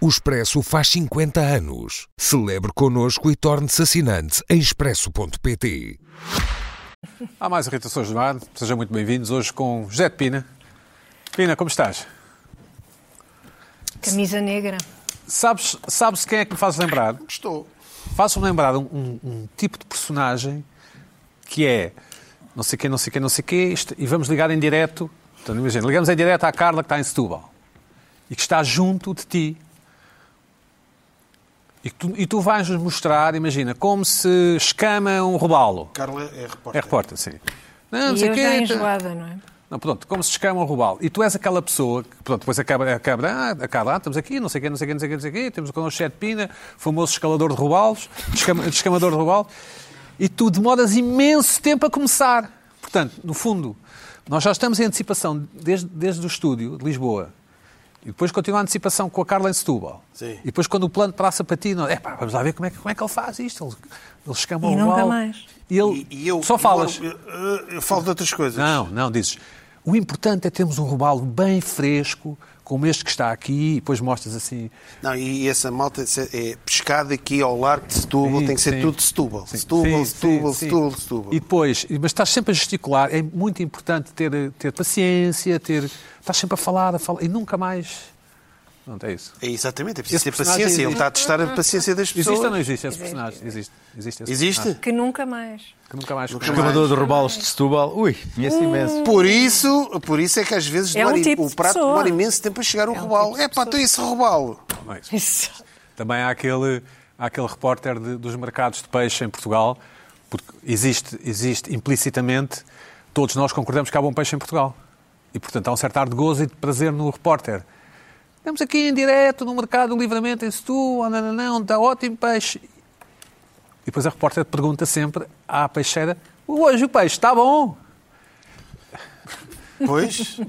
O Expresso faz 50 anos. Celebre connosco e torne-se assinante em expresso.pt. Há mais irritações no ar. Sejam muito bem-vindos hoje com José de Pina. Pina, como estás? Camisa negra. Sabes, sabes quem é que me faz lembrar? Estou. Faço-me lembrar um, um- um tipo de personagem que é não sei quem, não sei quem, não sei quê, isto- e vamos ligar em direto. Então, imagina, ligamos em direto à Carla que está em Setúbal e que está junto de ti. E tu, e tu vais nos mostrar, imagina, como se escama um robalo. Carla é É repórter. repórter, sim. Não, e eu quê, já tá- enjoada, não é? Não, pronto, como se escama um robalo. E tu és aquela pessoa que, pronto, depois acaba, acaba ah, acaba, ah, estamos aqui, não sei o quê, não sei o quê, não sei o quê, não sei o quê, temos com o Chet Pina, famoso escalador de robalos, descama- descamador de robalos, e tu demoras imenso tempo a começar. Portanto, no fundo, nós já estamos em antecipação desde, desde o estúdio de Lisboa, e depois continua a antecipação com a Carla em Setúbal. Sim. E depois quando o plano passa para ti, nós, "Epá, vamos lá ver como é, que, como é que ele faz isto. Ele, ele escama E o nunca robalo. mais. E ele, E, e eu, só eu- falas. Eu, eu- eu falo de outras coisas. Não, não, dizes. O importante é termos um robalo bem fresco, como este que está aqui, e depois mostras assim. Não, e essa malta é é pescada aqui ao largo de Setúbal, Sim, tem que ser sim. tudo de Setúbal. Sim, Setúbal, sim, Setúbal, sim, sim. Setúbal, Setúbal. E depois, mas estás sempre a gesticular, é muito importante ter, ter paciência, ter. Estás sempre a falar, a falar, e nunca mais. Não, é isso. É exatamente, é preciso Esse ter personagem paciência. Ele existe. está a testar a paciência das pessoas. Existe ou não existe esse personagem? Existe. Existe? esse Existe? personagem Que nunca mais. Que nunca mais. Nunca mais. Escalador de robalos de Setúbal. Ui, conheço imenso. Por isso, por isso é que às vezes É demora um im- tipo o de prato pessoa. um tipo demora imenso tempo a chegar o robalo. É pá, então isso robalo. Não é isso. Isso. Também há aquele, há aquele repórter de- dos mercados de peixe em Portugal, porque existe, existe implicitamente, todos nós concordamos que há bom peixe em Portugal. E, portanto, há um certo ar de gozo e de prazer no repórter. Estamos aqui em direto no mercado do livramento em Setúbal, nananã, onde está ótimo peixe. E depois a repórter pergunta sempre à peixeira, hoje o peixe está bom, Pois,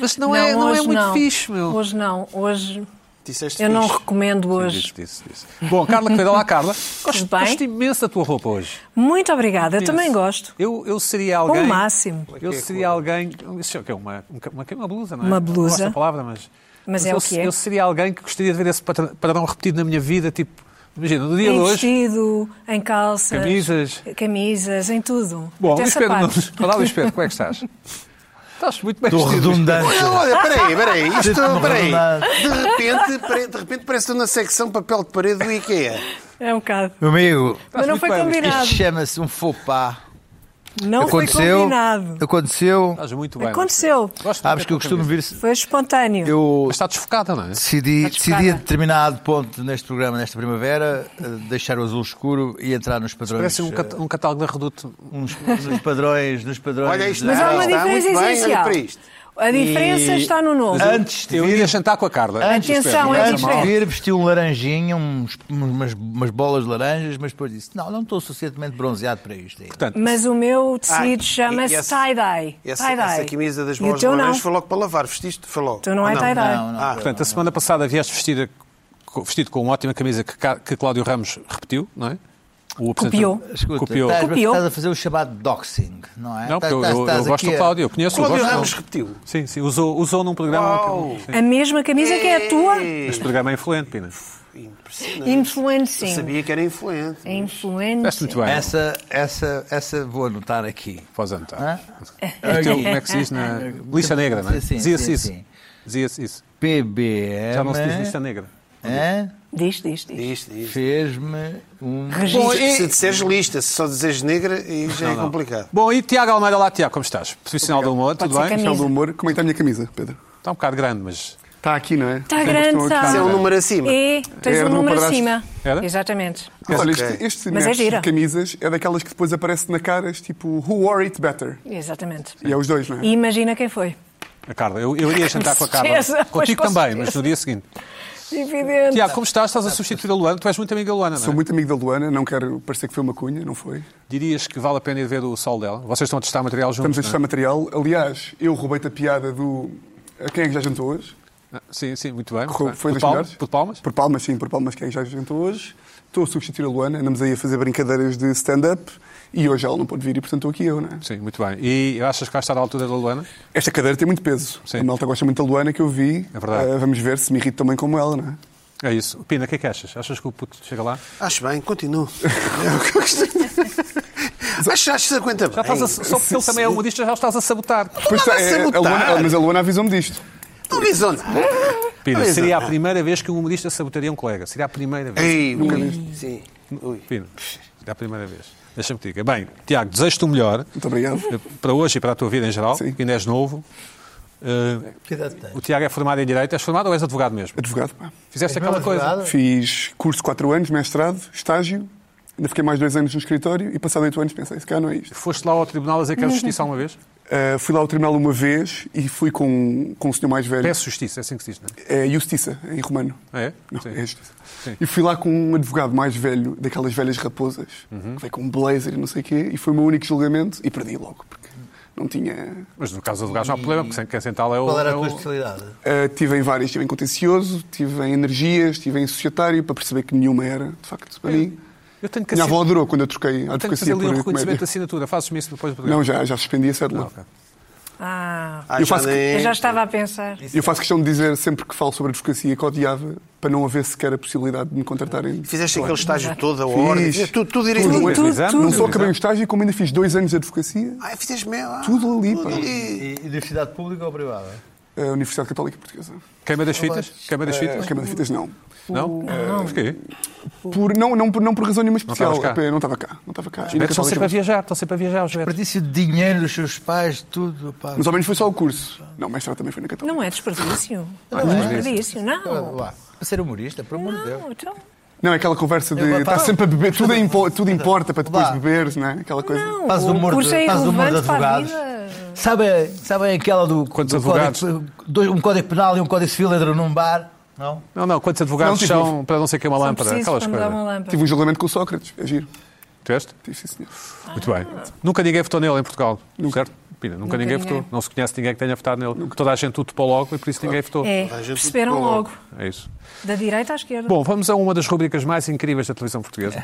mas não, é, não é hoje muito não. fixe, meu. Hoje não. Hoje disseste eu não fixe. recomendo hoje. Disse, disse, disse. Bom, Carla Quevedo, olá Carla. Gosto, bem? gosto imenso da tua roupa hoje. Muito obrigada. Eu também gosto. Eu, eu seria alguém. o máximo. Eu seria alguém. Isso é o quê? Uma, uma, uma blusa, não é? Uma Não gosto blusa. da palavra, mas. Mas é eu, o que é. Eu seria alguém que gostaria de ver esse patr- padrão repetido na minha vida, tipo. Imagina, no dia de Em hoje. vestido, em calças. Camisas. Camisas, em tudo. Bom, Até Luís Pedro sapatos. Nunes. Olá, Luís Pedro, como é que estás? Estás muito bem Do vestido. Luís Pedro. redundante. Não, olha, peraí, peraí, isto, Tipo, peraí. verdade. De repente, peraí, de repente parece que estou na secção papel de parede do IKEA. É um bocado. Meu amigo, Mas não muito foi bem, Luís. combinado. isto chama-se um faux pas. Não foi aconteceu. combinado. Aconteceu. Estás muito É bem. Luís Aconteceu. Pedro. Gosto muito Sabes que eu da tua costumo camisa. vir. Foi espontâneo. Eu Mas está desfocada, não é? decidi, Estás chocada. decidi a determinado ponto neste programa, nesta primavera, eh, deixar o azul escuro e entrar nos padrões. Parece um, eh, cat- um catálogo da Reduto. uns- nos padrões, nos padrões. eh, Olha isto. da- é Mas há uma Está muito diferença bem, olha essencial. para isto. A diferença E- está no nome. Antes de Eu ia vir, jantar com a Carla. Antes, Luís Pedro, Atenção, não é era antes de mal. diferente. vir vesti um laranjinha, uns- umas, umas bolas de laranjas, mas depois disse: Não, não estou suficientemente bronzeado para isto. ainda." Portanto, Mas o meu tecido Ah, chama-se e esse- tie-dye. Essa, tie-dye. essa camisa das E o bolas teu não. laranjas foi logo para lavar, vestiste? Foi logo. Tu não é Ou tie-dye. Não, não. Ah, Portanto, a semana passada vieste vestida, co- vestido com uma ótima camisa que, Ca- que Cláudio Ramos repetiu, não é? O Copiou. apresentador- Escuta, Copiou. Estás, Copiou. estás a fazer o chamado doxing, não é? Não, Estás- porque eu, eu- eu estás gosto aqui do a- Cláudio, eu conheço, eu Cláudio gosto. Ramos não. repetiu. Sim, sim, usou, usou num programa. Uau! que- A mesma camisa que é a tua? Ei, Este programa é influente, Pina. Impressionante. Eu Influencing. sabia que era influente. É influente. Veste muito bem. Essa, essa, essa vou anotar aqui. Podes anotar. Hã? O teu, como é que se diz? Na... Lixa negra, não é? Sim, sim, Dizia-se sim, isso. sim. É Dizia-se isso. PBM Já não se diz lixa negra. hã? Diz, diz, diz. Isto, isto. fez-me Bom, um. Registro. se disseres lista, se só dizeres negra, aí já é complicado. Ah. Bom, e Tiago Almeida, lá Tiago, como estás? Profissional do humor, Pode tudo ser bem? camisa. Especial do humor. Como é que está a minha camisa, Pedro? Está um bocado grande, mas Está aqui, não é? Está Tá grande, está. Isso é um número acima. É, tens Era um do meu número padrasto. acima. Era? Exatamente. Ok. Olha, este, este Mas é nexo gira. de camisas é daquelas que depois aparece na caras, tipo, who wore it better? Exatamente. E é os dois, não é? E imagina quem foi. a Carla, eu, eu iria jantar com a Com Carla. certeza, mas Contigo com também, certeza. mas no dia seguinte. Evidente. Tiago, como estás? Estás a substituir a Luana? Tu és muito amiga da Luana, não é? Tá, Sou muito amigo da Luana, não quero parecer que foi uma cunha, não foi? Dirias que vale a pena ir ver o sol dela? Vocês estão a testar material juntos, Estamos a testar material. Aliás, eu roubei-te a piada do. A quem é que já jantou hoje? não é? Ah, Sim, sim, muito bem. muito Correu- bem. Foi por, das palmas, melhores? por palmas? Por palmas, sim, por palmas. Quem é já jantou hoje? Estou a substituir a Luana, andamos aí a fazer brincadeiras de stand-up e hoje ela não pode vir e, portanto, estou aqui eu, não é? Sim, muito bem. E achas que vai estar à altura da Luana? Esta cadeira tem muito peso. Sim. A malta gosta muito da Luana que eu vi. É verdade. Ah, vamos ver se me irrito também como ela, não é? É isso. Pina, o que é que achas? Achas que o puto chega lá? Acho bem, continuo. É o que eu gostei. acho, acho que se aguenta bem. Já estás a, só porque ele também é humorista, já o estás a sabotar. Pois nada a é, sabotar. Luana- mas a Luana avisou-me disto. Não diz onde. Pina, é. Mas, seria a ah. primeira vez que um humorista sabotaria um colega. Seria a primeira vez. Ei, ui. Sim. Ui. É. Pina, seria a primeira vez. Deixa-me te diga. Bem, Tiago, desejo-te o melhor Muito obrigado. eh, para hoje e para a tua vida em geral, Sim. que ainda és novo. Eh, Que idade tens? o Tiago é formado em Direito. És formado ou és advogado mesmo? Advogado, pá. Fizeste És aquela mesmo coisa. advogado? Fiz curso de 4 anos, mestrado, estágio, ainda fiquei mais dois anos no escritório e passado 8 anos pensei, se calhar não é isto. Foste lá ao tribunal a dizer que queres justiça uma vez? Ah, fui lá ao tribunal uma vez e fui com, com um senhor mais velho. Peço justiça, é assim que se diz, não É justiça, em romano. é? É? Não, Sim. é justiça. Sim. E fui lá com um advogado mais velho, daquelas velhas raposas, Uhum. que veio com um blazer e não sei o quê, e foi o meu único julgamento e perdi logo, porque não tinha. Mas no caso do advogado já há problema, porque quem senta lá é o. Qual era a é o- tua especialidade? Ah, tive em várias, tive em contencioso, tive em energias, tive em societário, para perceber que nenhuma era, de facto, para mim. Eu tenho que Minha assin- avó adorou quando eu troquei a Eu tenho que fazer ali advocacia um por reconhecimento de comédia. assinatura. Fazes-me isso depois do programa. Não, já, já suspendi a cédula. Ah, ok. Ah, Ah, Eu já faço que- nem- eu já estava a pensar. Eu faço questão de dizer sempre que falo sobre advocacia que odiava, para não haver sequer a possibilidade de me contratarem. Fizeste aquele estágio todo, a ordem. Tudo, Fiz. tudo Tudo, direitinho. tudo, Exame, tudo. Não só acabei o estágio, como ainda fiz dois anos de advocacia, Ah, fizeste mesmo. Ah, Tudo ali, pá. ali. E e universidade pública ou privada? a Universidade Católica Portuguesa. Queima das fitas? Queima é, das A fitas? Câmara de Fitas não. Não? Porquê? Por, não, não, por, não por razão nenhuma especial. estavas cá. Apenas Não estava cá. Não estava cá. Os Era betos estão é sempre a católica. viajar, estão sempre a viajar os betos. Desperdício de dinheiro dos seus pais, tudo. Pá. Mas ao menos foi só o curso. Não, mestrado também foi na Católica. Não é desperdício. Não é desperdício, não. Lá, para ser humorista, por amor de Deus. Não, então. Não, é aquela conversa de Eu- estar pá. sempre a beber, tudo, é impo- tudo importa para depois Vá. beberes, não é? Aquela coisa. Não, Faz o humor de- curso é faz humor de irrelevante para a advogados. vida. Sabem sabe aquela do, Quantos do advogados? código- dois- um código penal e um código civil entram num bar? Não? Não, não, quantos advogados Não, tipo, são para não sei que é uma Não lâmpada? preciso Aquelas para me dar uma coisas. lâmpada. Tive um julgamento com o Sócrates. É giro. Tiveste? Tive, sim, senhor. Muito bem. Nunca ninguém votou nele em Portugal, certo? Pina, Ah. nunca, Nunca ninguém, ninguém. votou. Não se conhece ninguém que tenha votado nele. Toda a gente o topou logo e por isso ninguém votou. É, Vai, gente, perceberam tudo logo. É isso. Da direita à esquerda. Bom, vamos a uma das rubricas mais incríveis da televisão portuguesa,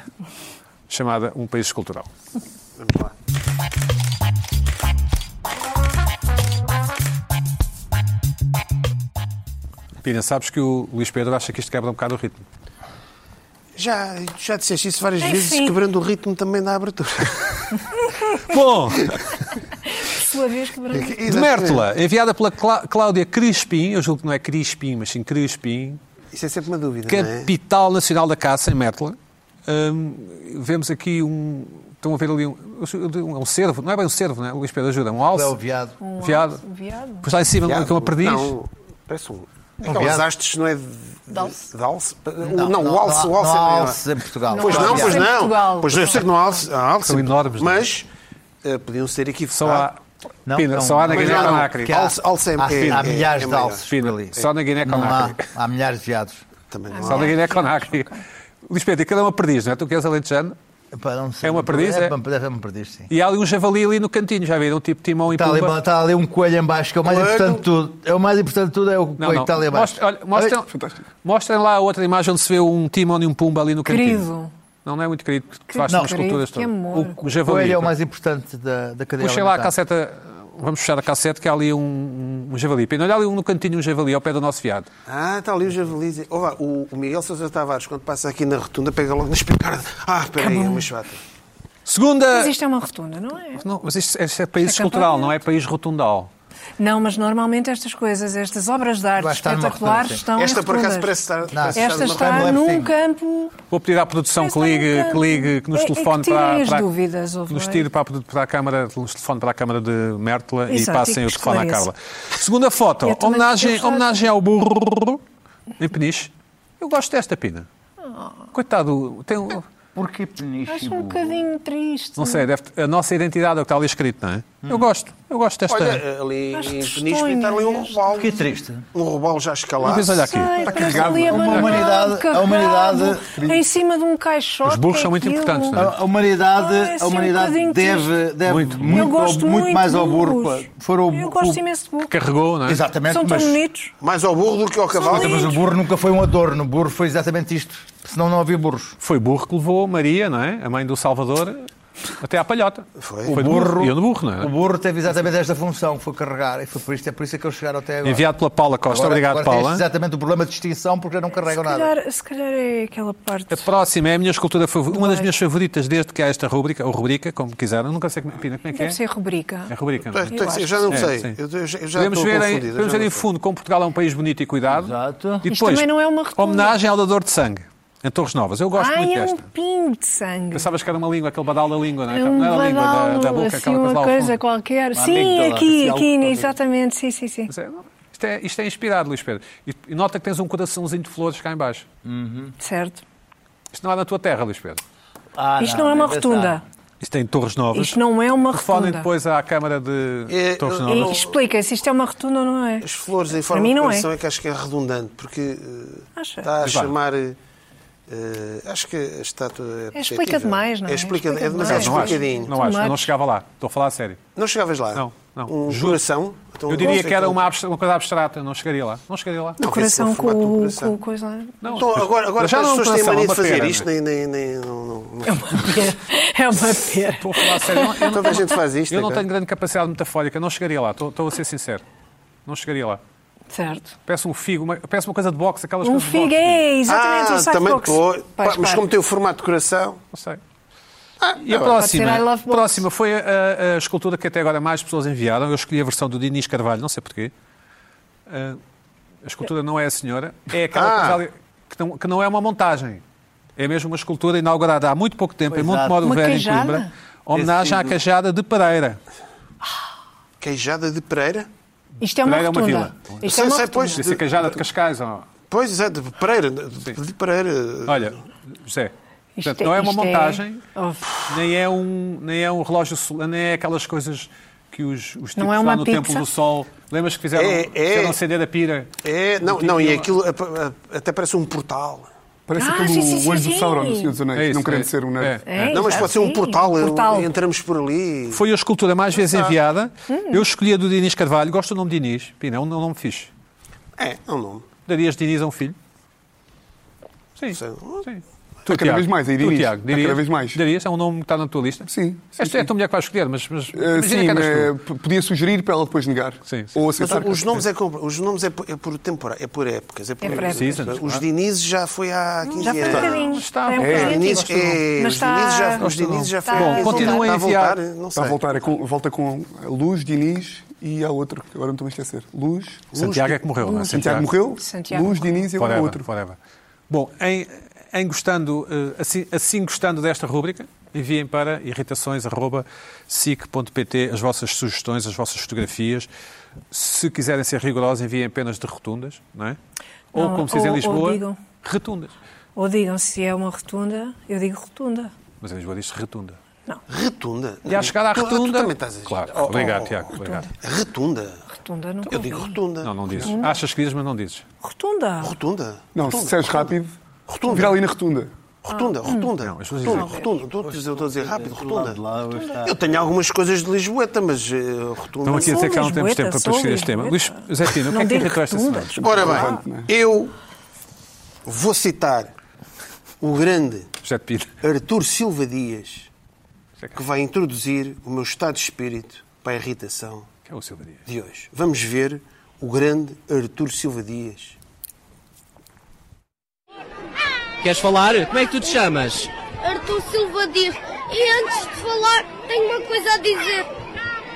chamada Um País Cultural. Vamos lá. Pina, sabes que o Luís Pedro acha que isto quebra um bocado o ritmo. Já, já disseste isso várias Enfim. vezes, quebrando o ritmo também da abertura. Bom, Sua vez que branco. de Mértola, enviada pela Clá- Cláudia Crispim, eu julgo que não é Crispim, mas sim Crispim, Isso é sempre uma dúvida, não é? capital nacional da caça, em Mértola. Hum, vemos aqui um. Estão a ver ali um. É um cervo, não é bem um cervo, não é? Luís Pedro ajuda, um alce. É o viado. Um Viado. alce, Viado. Pois lá em cima, Piado. com é uma perdiz. Não, parece um... Aquelas viado. hastes, não é? De, de alce? Não, o não, é alce, o não alce é há maior. alces em Portugal. Pois há não, alces pois em não. Portugal. Pois não, eu sei que não há alce. há alce. São enormes, não é? ah, Mas eh, podiam ser aqui. Só há. Não, Pina, não, só há na não. Pois Guiné não, Conakry. que há- Alce- alce é- há, é- há é- milhares é de maior. alces. Pina, ali. só na Guiné Não há, Conakry. há milhares de viados. Também não Só há. na Ah, Guiné Conakry. Luís Pedro, aquilo é uma perdiz, não é? Tu que és alentejano. Pá, não sei. É uma perdiz, é? É uma é uma perdiz, sim. E há ali um javali ali no cantinho, já viram? Tipo timão e Está ali, pumba. está ali um coelho em baixo, que é o mais Coelho. importante de tudo. É o mais importante de tudo, é o coelho que está ali abaixo. Mostra- olha, mostrem, fantástico. mostrem lá a outra imagem onde se vê um timão e um pumba ali no cantinho. Querido. Não, não é muito querido, porque faz Não. umas esculturas Querido, que todas. amor. O, o O coelho javali. é o mais tá? importante da, da cadeia Puxem tá? lá a alimentar. casseta, vamos puxar a cassete, que há ali um, um, um javali. Pena, olha ali um no cantinho, um javali, ao pé do nosso viado. Ah, está ali o javelize. Olá, o, o Miguel Sousa Tavares, quando passa aqui na rotunda, pega logo na espingarda. Ah, peraí, é uma chata. Segunda... Mas isto é uma rotunda, não é? Não, mas isto, isto é país Isto é cultural, campanha. não é país rotundal. Não, mas normalmente estas coisas, estas obras de arte Vai estar numa espetaculares rotunda, sim. estão Esta, em por acaso, rotundas. parece estar... parece é Esta estar numa Rotunda está é num assim. campo... Vou pedir à produção Mas que ligue, está que no campo. ligue, que nos É- é que telefone tirem para, as para- dúvidas, ouve que nos bem. tire para, a produ- para a Câmara, que nos telefone para a Câmara de Mértola e Exato, passem e o que telefone à esclareça. Carla. Segunda foto, Eu também homenagem, gostava. homenagem ao burro em Peniche. Eu gosto desta pina. Oh. Coitado, tem, um- Porque peniche Acho um bocadinho triste. não sei, deve- a nossa identidade é o que está ali escrito, não é? Eu gosto, eu gosto desta. Olha, eh, ali Acho em que é Peniche está ali um estou robalo. Que triste. Um robalo já Uma escalado. vez olha aqui. Ai, parece ali não é? abandonado, A humanidade- a carregado, humanidade- Em cima de um caixote. Os burros que é são muito aquilo. importantes, não é? A a humanidade, Ah, esse é a um humanidade bocadinho deve, triste. deve Muito. muito, Eu gosto ao- muito mais ao burro. burros. pá. Foram o- Eu gosto o- imenso de burros. Carregou, não é? Exatamente, São tão mas, bonitos. Mais ao burro do que ao cavalo. São mas o lindos. burro nunca foi um adorno. O burro foi exatamente isto. Senão não havia burros. Foi burro que levou Maria, não é? A mãe do Salvador Até à palhota. Foi. O burro. Iam de burro, não O é? burro teve exatamente esta função, que foi carregar, e foi por isto, é por isso que eles chegaram até agora. Enviado pela Paula Costa. Agora- Obrigado, agora tem Paula. exatamente o problema de distinção, porque já não carregam Se nada. calhar, se calhar é aquela parte. A próxima é a minha escultura favorita, uma das Vai. minhas favoritas desde que há esta rubrica, ou rubrica, como quiseram. Nunca sei como, Pina, como é que é. Deve ser rubrica. É rubrica, não é? Eu, acho já não que sei. sim, sim. Eu, eu já eu já Podemos estou ver, em, confundido. eu podemos já ver em não sei. fundo como Portugal é um país bonito e cuidado. Exato. E Isto depois, também não é uma rotunda. homenagem à Aldador de Sangue, em Torres Novas. Eu gosto Ai, muito é um desta. pingo de sangue. Pensavas que era uma língua, aquele badal da língua, não é? É um não era a língua da, badal, da boca, assim, aquela coisa uma lá ao coisa fundo. qualquer. Lá Sim, dentro, lá, assim, aqui, social, aqui, talvez. exatamente, sim, sim, sim. Mas é, não, isto, é, isto é inspirado, Luís Pedro. E, e nota que tens um coraçãozinho de flores cá em baixo. Certo. Isto não é na tua terra, Luís Pedro. Ah, Isto não é uma deve estar. rotunda. Isto é em Torres Novas. Isto não é uma Telefonem rotunda. depois à Câmara de É, Torres eu- Novas. eu- E Explica se isto é uma rotunda ou não é. As flores em mim forma de não é. coração é. que acho que é redundante, porque eh, Acha? está a vá. chamar. eh, eh, acho que a estátua. É, explica perceptível. demais, não é? É, explica, Explica é demasiado demais. Não acho, explicadinho. não acho, eu não Tomates. chegava lá. Estou a falar a sério. Não chegavas lá? Não, não. Um Juro. coração? Então, Eu diria não sei que era como- uma, abstra- uma coisa abstrata, não chegaria lá. Não chegaria lá. O Não, esse é coração o com formato do o coração. com o coisa lá. Não, Então, mas- agora, agora mas já as não é um pessoas têm coração, mania é de uma fazer pera, isto, né? não é? nem. nem, nem não, não, não. É uma pera. Estou a falar a sério. Eu não- eu não- Toda a gente faz isto. né? Eu não agora. tenho grande capacidade metafórica, não chegaria lá, estou- estou a ser sincero. Não chegaria lá. Certo. Parece um figo, uma, parece uma coisa de boxe, aquelas Um coisas de figo boxe. é exatamente ah, um também sidebox. pô, pá, Pois, Mas pá. como tem o formato de coração. Não sei. Ah, E a tá bem. Pode próxima, ser I Love Box. próxima foi a, a escultura que até agora mais pessoas enviaram. Eu escolhi a versão do Dinis Carvalho, não sei porquê. Ah, a escultura não é a senhora, é aquela Ah. coisa ali que não, que não é uma montagem. É mesmo uma escultura inaugurada há muito pouco tempo em Pois, Monte exato. Moro Uma Velho, em queijada? Coimbra. Homenagem à Cajada de Pereira. Queijada de Pereira? Isto é uma Pereira é uma rotunda. vila. Isto é Sei, uma sei, pois, rotunda. Podia ser Cajada de Cascais. Ou... Pois, é, de Pereira. De de Pereira. Olha, José, Isto portanto, não é uma isto montagem, Oh, Nem é um, nem é um relógio solar, nem é aquelas coisas que os, os tipos Não é lá uma no pizza? Templo do Sol. Lembras que fizeram, É, é. fizeram um acender a pira? É, não, não, e aquilo a- a- até parece um portal. Parece Ah, aquele sim, sim, sim, o anjo sim. do Sauron, do Senhor dos Anéis, É isso, não querendo é. ser um nerd. É. é, não, mas exato, pode ser um sim. portal, portal. entramos por ali. Foi a escultura mais vezes enviada. Hum. Eu escolhi a do Dinis Carvalho. Gosto do nome Dinis. Pina, é um nome fixe. É, é um nome. Darias Dinis a um filho? Sim. Sei. Sim. cada Tiago, vez mais, é tu, Dinis. Tiago, Há dirias, cada vez mais. Darias, é um nome que está na tua lista? Sim, sim, Esta é a tua mulher que vai escolher, mas, mas Ah, imagina sim, que eras tu. eh, p- podia sugerir para ela depois negar. Sim, sim. Ou Mas aceitar. os nomes é, compl- os nomes é por, é por temporada, é por épocas, é por, É por épocas. Seasons, Os claro. Dinizes já foi há 15 Já foi um anos. bocadinho. Está É um bom. Os bocadinho. Dinizes, é, Mas os Dinizes está- já, os Dinizes já Está- foi. um Bom, continuem a Está voltar, enviar. Não sei. Está a voltar, é com- volta com a Luz, Diniz e há outro, que agora não estou a esquecer. Luz, Santiago é que morreu, não é? Santiago morreu, Santiago. Luz, Diniz e um agora Forever, outro. forever. Bom, em, em gostando, eh, assim, assim gostando desta rúbrica, enviem para irritações.sic.pt as vossas sugestões, as vossas fotografias. Se quiserem ser rigorosos, enviem apenas de rotundas, não é? Ou, Não, como se diz em ou- ou Lisboa, digam. retundas. Ou digam se é uma rotunda, eu digo rotunda. Mas em Lisboa diz-se retunda. Retunda. E a chegar à Tu- tu retunda... também estás a dizer. Claro, Oh, obrigado, oh, Tiago, obrigado. Retunda. Rotunda não. Eu digo rotunda. Não, não dizes. Achas que dizes, mas não dizes. Rotunda. Rotunda. Não, se rotunda. disseres rápido, Rotunda. vira ali na rotunda. Rotunda, rotunda. Ah. as pessoas Rotunda, dizem- rotunda. Estou a dizer- estou a dizer rápido, Lá de rotunda. lá está. Eu tenho algumas coisas de Lisboeta, mas eh, rotunda. Estão aqui a dizer que já não Sou temos tempo para lisboeta, discutir sou este tema. Luís lisboeta. Zé Pina, o que é Não que digo irritou esta semana? rotundas. Ora Levante, não é? bem, eu vou citar o grande José Pina. Artur Silva Dias, é que vai introduzir o meu estado de espírito para a irritação Que é o Silva Dias. de hoje. Vamos ver o grande Artur Silva Dias. Queres falar? Como é que tu te chamas? Artur Silva diz, e antes de falar, tenho uma coisa a dizer.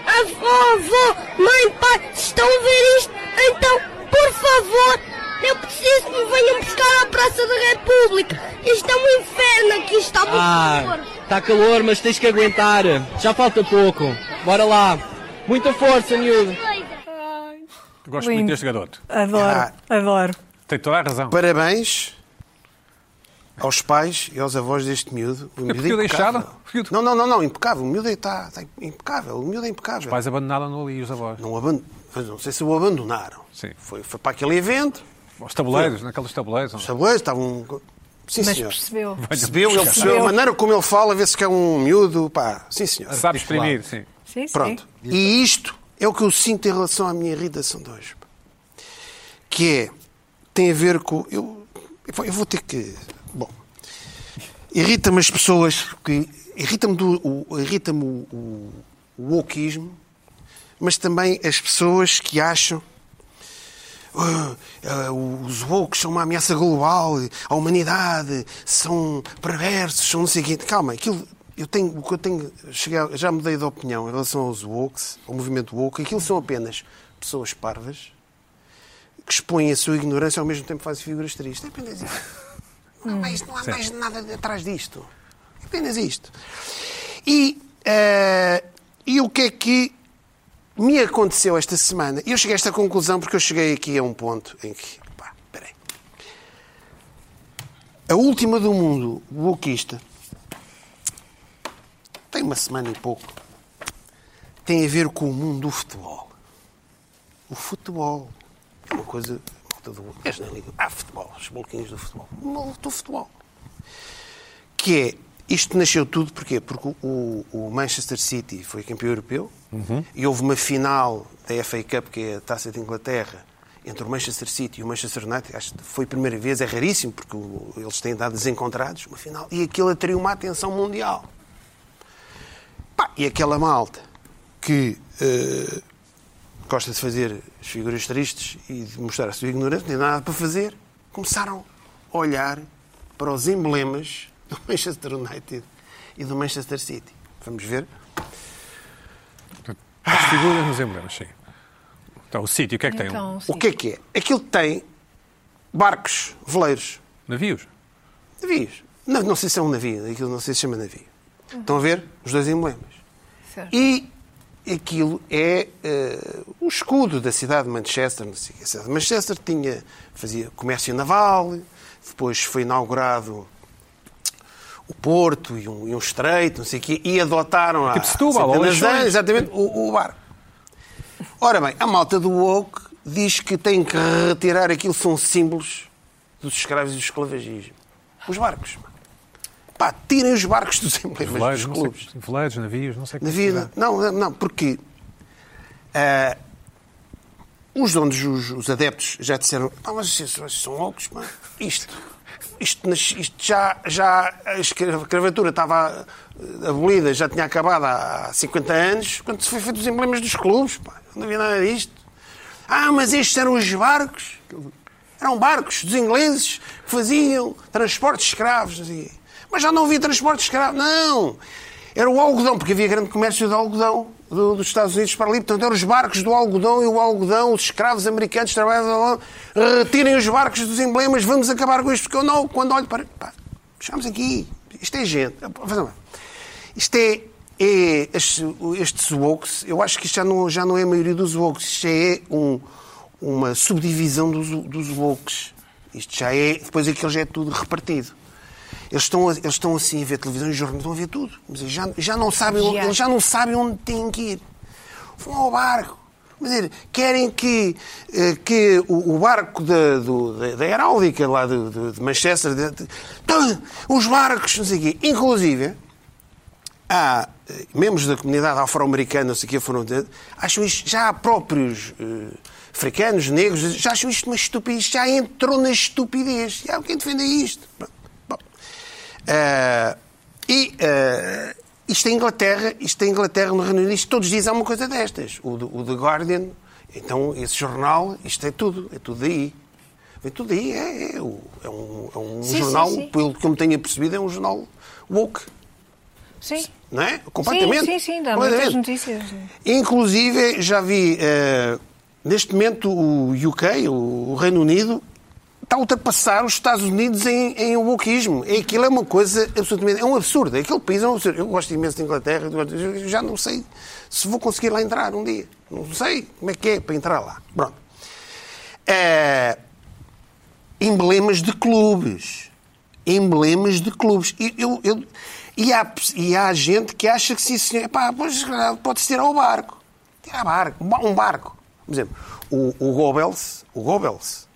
Avó, avó, mãe, pai, se estão a ver isto, então, por favor, eu preciso que me venham buscar à Praça da República. Isto é um inferno aqui, está por Ah, favor. está calor, mas tens que aguentar. Já falta pouco. Bora lá. Muita força, miúdo. Eu Gosto Lindo. muito deste garoto. Adoro, adoro. Ah, Tem toda a razão. Parabéns aos pais e aos avós deste miúdo. O miúdo É é porque o impecável. deixaram? Porque o- Não, não, não, não, impecável. O miúdo está, está impecável. O miúdo é impecável. Pais abandonaram ali os avós. Não, aban- mas não sei se o abandonaram. Sim. Foi, foi para aquele evento, Os tabuleiros, naqueles tabuleiros. não é? os tabuleiros estavam. Sim, Mas senhor. percebeu. Percebeu, ele percebeu a Percebeu. maneira como ele fala, vê-se que é um miúdo, pá, sim senhor. Sabe exprimir, sim. Sim, sim. Pronto. E isto é o que eu sinto em relação à minha irritação de hoje. pá. Que é, tem a ver com. Eu, eu vou- eu vou ter que. Bom. Irrita-me as pessoas, que- irrita-me do- o, irrita o, o, o wokeismo, mas também as pessoas que acham "Ah, ah, os woke são uma ameaça global à humanidade, são perversos, são não sei o quê. Calma, aquilo, eu tenho, o que eu tenho, cheguei- já mudei de opinião em relação aos wokes, ao movimento woke, aquilo são apenas pessoas parvas que expõem a sua ignorância e ao mesmo tempo fazem figuras tristes. É apenas isso. Não há mais, não há mais nada atrás disto. É apenas isto. E, eh, e o que é que me aconteceu esta semana? Eu cheguei a esta conclusão porque eu cheguei aqui a um ponto em que. Pá, peraí. A última do mundo, o Boquista, tem uma semana e pouco. Tem a ver com o mundo do futebol. O futebol é uma coisa. malta do- És na liga. Há futebol, os bloquinhos do futebol. O mundo do futebol. Que é. Isto nasceu tudo porquê? Porque o, o Manchester City foi campeão europeu e houve uma final da FA Cup, que é a taça de Inglaterra, entre o Manchester City e o Manchester United. Acho que foi a primeira vez, é raríssimo, porque o- eles têm dado desencontrados uma final. E aquilo atraiu uma atenção mundial. Pá, e aquela malta que eh, gosta de fazer as figuras tristes e de mostrar a sua ignorância, não tem nada para fazer, começaram a olhar para os emblemas do Manchester United e do Manchester City. Vamos ver. As figuras nos emblemas, sim. Então, o sítio, o que é que tem? Então, sim. O que é que é? Aquilo tem barcos, veleiros, Navios. navios. Não, não sei se é um navio, aquilo não sei se chama navio. Estão a ver? Os dois emblemas. Certo. E aquilo é eh, o escudo da cidade de Manchester. Não sei o quê. A cidade de Manchester tinha, fazia comércio naval, depois foi inaugurado o Porto e um, e um estreito, não sei o quê, e adotaram há Tipo Setúbal, ou centenas de Leixões. anos, exatamente o, o barco. Ora bem, a malta do Woke diz que tem que retirar aquilo que são símbolos dos escravos e do esclavagismo. Os barcos. Pá, tirem os barcos dos emblemas Veleiros, dos não sei, clubes. né? veleiros, navios, não sei o que. Na vida. Não, não, não, porque ah, os donos, os, os adeptos, já disseram: ah, mas vocês, vocês são loucos, mano. Isto, isto, nas- isto já, já a escravatura estava ah, abolida, já tinha acabado há 50 anos, quando se foi feito os emblemas dos clubes, pá. não havia nada disto. Ah, mas estes eram os barcos. Eram barcos dos ingleses que faziam transporte de escravos. não sei o quê. Mas já não havia transporte de escravos. Não! Era o algodão, porque havia grande comércio de algodão do- dos Estados Unidos para ali. Portanto, eram os barcos do algodão e o algodão, os escravos americanos trabalhavam lá. Retirem os barcos dos emblemas, vamos acabar com isto. Porque eu não, quando olho para. Pá, chegamos aqui. Isto é gente. Vamos lá. Isto é, é estes, estes woke, eu acho que isto já não, já não é a maioria dos woke, isto já é um- uma subdivisão dos, dos woke. Isto já é, depois aquilo já é tudo repartido. Eles estão, a- eles estão assim a ver televisão e jornal, estão a ver tudo. Mas eles já, já não sabem, onde- Já. eles já não sabem onde têm que ir. Vão ao barco. Quer dizer, querem que, eh, que o o barco da, do- da, da Heráldica, lá do- do- de Manchester, de- de- Então, os barcos, não sei o quê. Inclusive, há eh, membros da comunidade afro-americana, não sei o que foram dentro, acham isto, já há próprios eh, africanos, negros, já acham isto uma estupidez, já entrou na estupidez. Já há quem defenda isto. Bom, bom. Ah, e ah, isto é Inglaterra, isto é Inglaterra no Reino Unido, isto todos dizem uma coisa destas. O, do- o The Guardian, então esse jornal, isto é tudo, é tudo daí. Vem tudo daí, é, é o- é um, é um Sim, sim, jornal, sim. pelo que eu me tenha percebido, é um jornal woke Sim. não é? Completamente. Sim, sim, sim, dá muitas Completamente. notícias. Inclusive, já vi, eh, neste momento, o UK, o o Reino Unido, está a ultrapassar os Estados Unidos em, em wokeismo. E Aquilo é uma coisa absolutamente... É um absurdo. Aquele país é um absurdo. Eu gosto imenso da Inglaterra. eu gosto- eu já não sei se vou conseguir lá entrar um dia. Não sei como é que é para entrar lá. Pronto. Eh, emblemas de clubes. Emblemas de clubes. E, eu- eu- e há, pe- e há gente que acha que sim, senhor. Epá, pois, pode-se tirar o barco. Tirar barco, um ba- um barco. Por exemplo, o, o Goebbels, o Goebbels,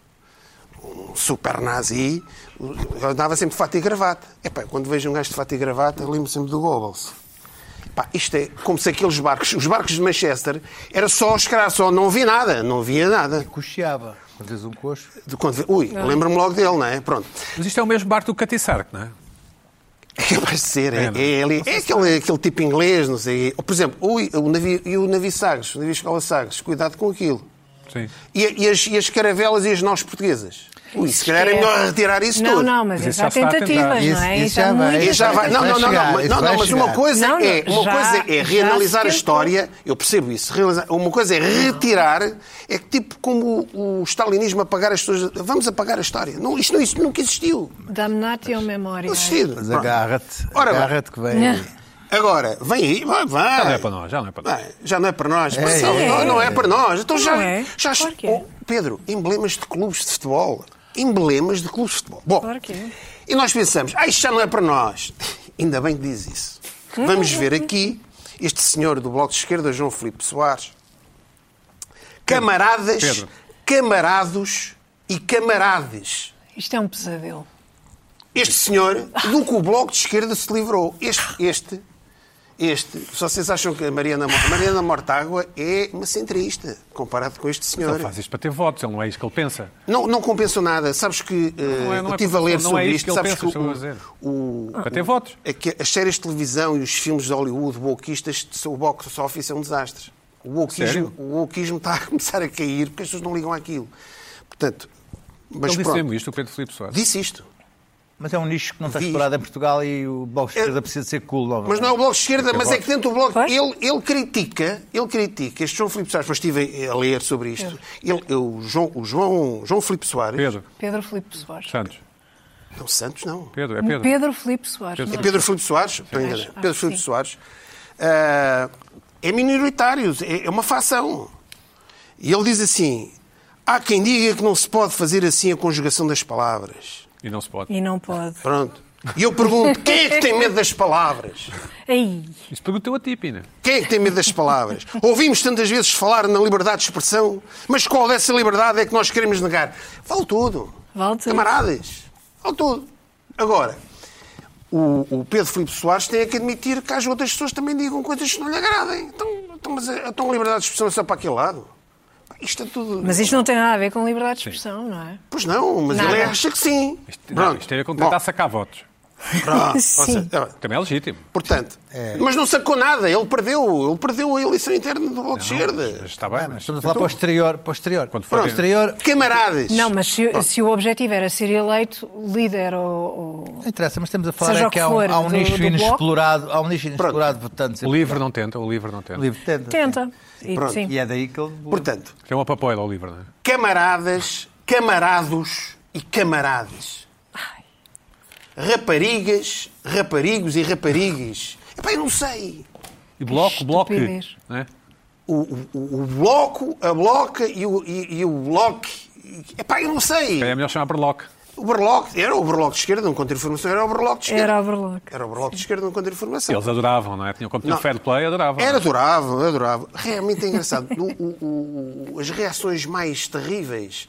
um super nazi, eu andava sempre de fato e gravata. Epá, quando vejo um gajo de fato e gravata, lembro sempre do Goebbels. Pá, isto é como se aqueles barcos, os barcos de Manchester, era só escravo, só não havia nada, não havia nada. Cocheava. Às vezes um coxo. De quando- Ui, lembro-me logo dele, não é? Pronto. Mas isto é o mesmo barco do Catiçarque, não é? É capaz de ser, é, é, ali- é aquele, aquele tipo inglês, não sei. Por exemplo, o, o navio, e o navio Sagres, o navio Escola Sagres, cuidado com aquilo. Sim. E, e as, e as caravelas e as naus portuguesas? Ui, se calhar é melhor retirar isso não, tudo. não, Mas mas isso isso já há está a tentar. tentativas, não é? Isso- isso há já vai. muitas E já vai. Não, não, não, chegar, não, mas- isso não, vai não, mas uma chegar. coisa Não, não, é, uma já- coisa é já reanalisar a se história, eu percebo isso, reanalisar- uma coisa é retirar, é que tipo como o, o stalinismo apagar as pessoas, vamos apagar a história. Não, isto, não, isto nunca existiu. Damnatio memória. Não existiu. Mas Pronto. agarra-te. Ora bem. Agarra-te que vem. Né? Agora, vem aí, vai, vai. Já não é para nós, já não é para nós. Vai, já não é para nós. É, Marcelo, é. não, não é para nós. Então já, Não é. já Claro que é. Oh, Pedro, emblemas de clubes de futebol. Emblemas de clubes de futebol. Bom, Claro que é. e nós pensamos, ah, isto já não é para nós. Ainda bem que diz isso. Vamos ver aqui este senhor do Bloco de Esquerda, João Filipe Soares. Camaradas, Pedro. camarados e camarades. Isto é um pesadelo. Este senhor, do que o Bloco de Esquerda se livrou. Este, este, este. Só vocês acham que a Mariana, Mo- Mariana Mortágua é uma centrista, comparado com este senhor. Ele faz isto para ter votos, ele não é isto que ele pensa. Não, não compensou nada. Sabes que eh, Não é- não eu é estive a ler compensação, não sobre é isto isto. que ele Sabes pensa, que estou a o, dizer. Ah, o- Para ter votos. é que as séries de televisão e os filmes de Hollywood wokeistas, o box office é um desastre. O wokeismo, Sério? o wokeismo está a começar a cair porque as pessoas não ligam àquilo. Portanto, mas Ele disse pronto, mesmo isto, o Pedro Filipe Soares. disse isto. Mas é um nicho que não está Diz. explorado em Portugal e o Bloco de É- Esquerda precisa de ser cool novamente. Mas não é o Bloco de Esquerda, mas é que dentro do Bloco... Pois. Ele, ele critica, ele critica. Este João Filipe Soares, mas estive a ler sobre isto. Ele, o João, o João, João Filipe Soares... Pedro Pedro Filipe Soares. Santos. Não, Santos não. Pedro, é Pedro, Pedro. Filipe Soares. É não- Pedro Filipe Soares? Estou enganado. Acho- acho Pedro que Filipe sim. Soares. ah, é minoritário, é é uma facção. E ele diz assim: há quem diga que não se pode fazer assim a conjugação das palavras. E não se pode. E não pode. Pronto. E eu pergunto: quem é que tem medo das palavras? Aí, Isto perguntou a ti, Pina. Quem é que tem medo das palavras? Ouvimos tantas vezes falar na liberdade de expressão, mas qual dessa liberdade é que nós queremos negar? Vale tudo. Vale tudo. Camaradas, vale tudo. Agora, o, o Pedro Filipe Soares tem é que admitir que as outras pessoas também digam coisas que não lhe agradem. Então, então, mas a, então a liberdade de expressão é só para aquele lado? Isto é tudo... mas isto não tem nada a ver com liberdade de expressão, não é? Pois não, mas Nada. ele acha que sim. Isto, não, isto tem a tentar sacar votos. Bom, pronto. Ou Sim. seja, é bem. Também é legítimo. Portanto, É. mas não sacou nada, ele perdeu, ele perdeu a eleição interna do Bloco de Esquerda. Mas Está bem, mas Mas Então, estamos a falar para o exterior. Para o exterior. Quando for para o ter- exterior, Camaradas. Não, mas se, se o objetivo era ser eleito líder ou. ou- não interessa, mas estamos a falar Seja é o que que há um, for há um do- nicho do Bloco. inexplorado, há um nicho inexplorado de votantes. o livro não tenta, o livro não tenta. O livro tenta. Tenta. E, sim. E é daí que ele... Portanto, Tem uma papoila o livro, não é? camaradas, camarados e camaradas. Raparigas, raparigos e raparigas. Epá, eu não sei. E bloco, bloco. estupidez. Não é? O, o- o- o bloco, a bloca e o, e, e o bloque. Epá, eu não sei. É melhor chamar para Locke. O berloque, era o berloque de esquerda, não contra informação, era o berloque de esquerda. Era a Berloque. Era o berloque de esquerda, não contra informação. Eles adoravam, não é? Tinham como tinha Não. o fair play, adoravam. Era não é? adorável, adorável. Realmente é engraçado. O- o- o- as reações mais terríveis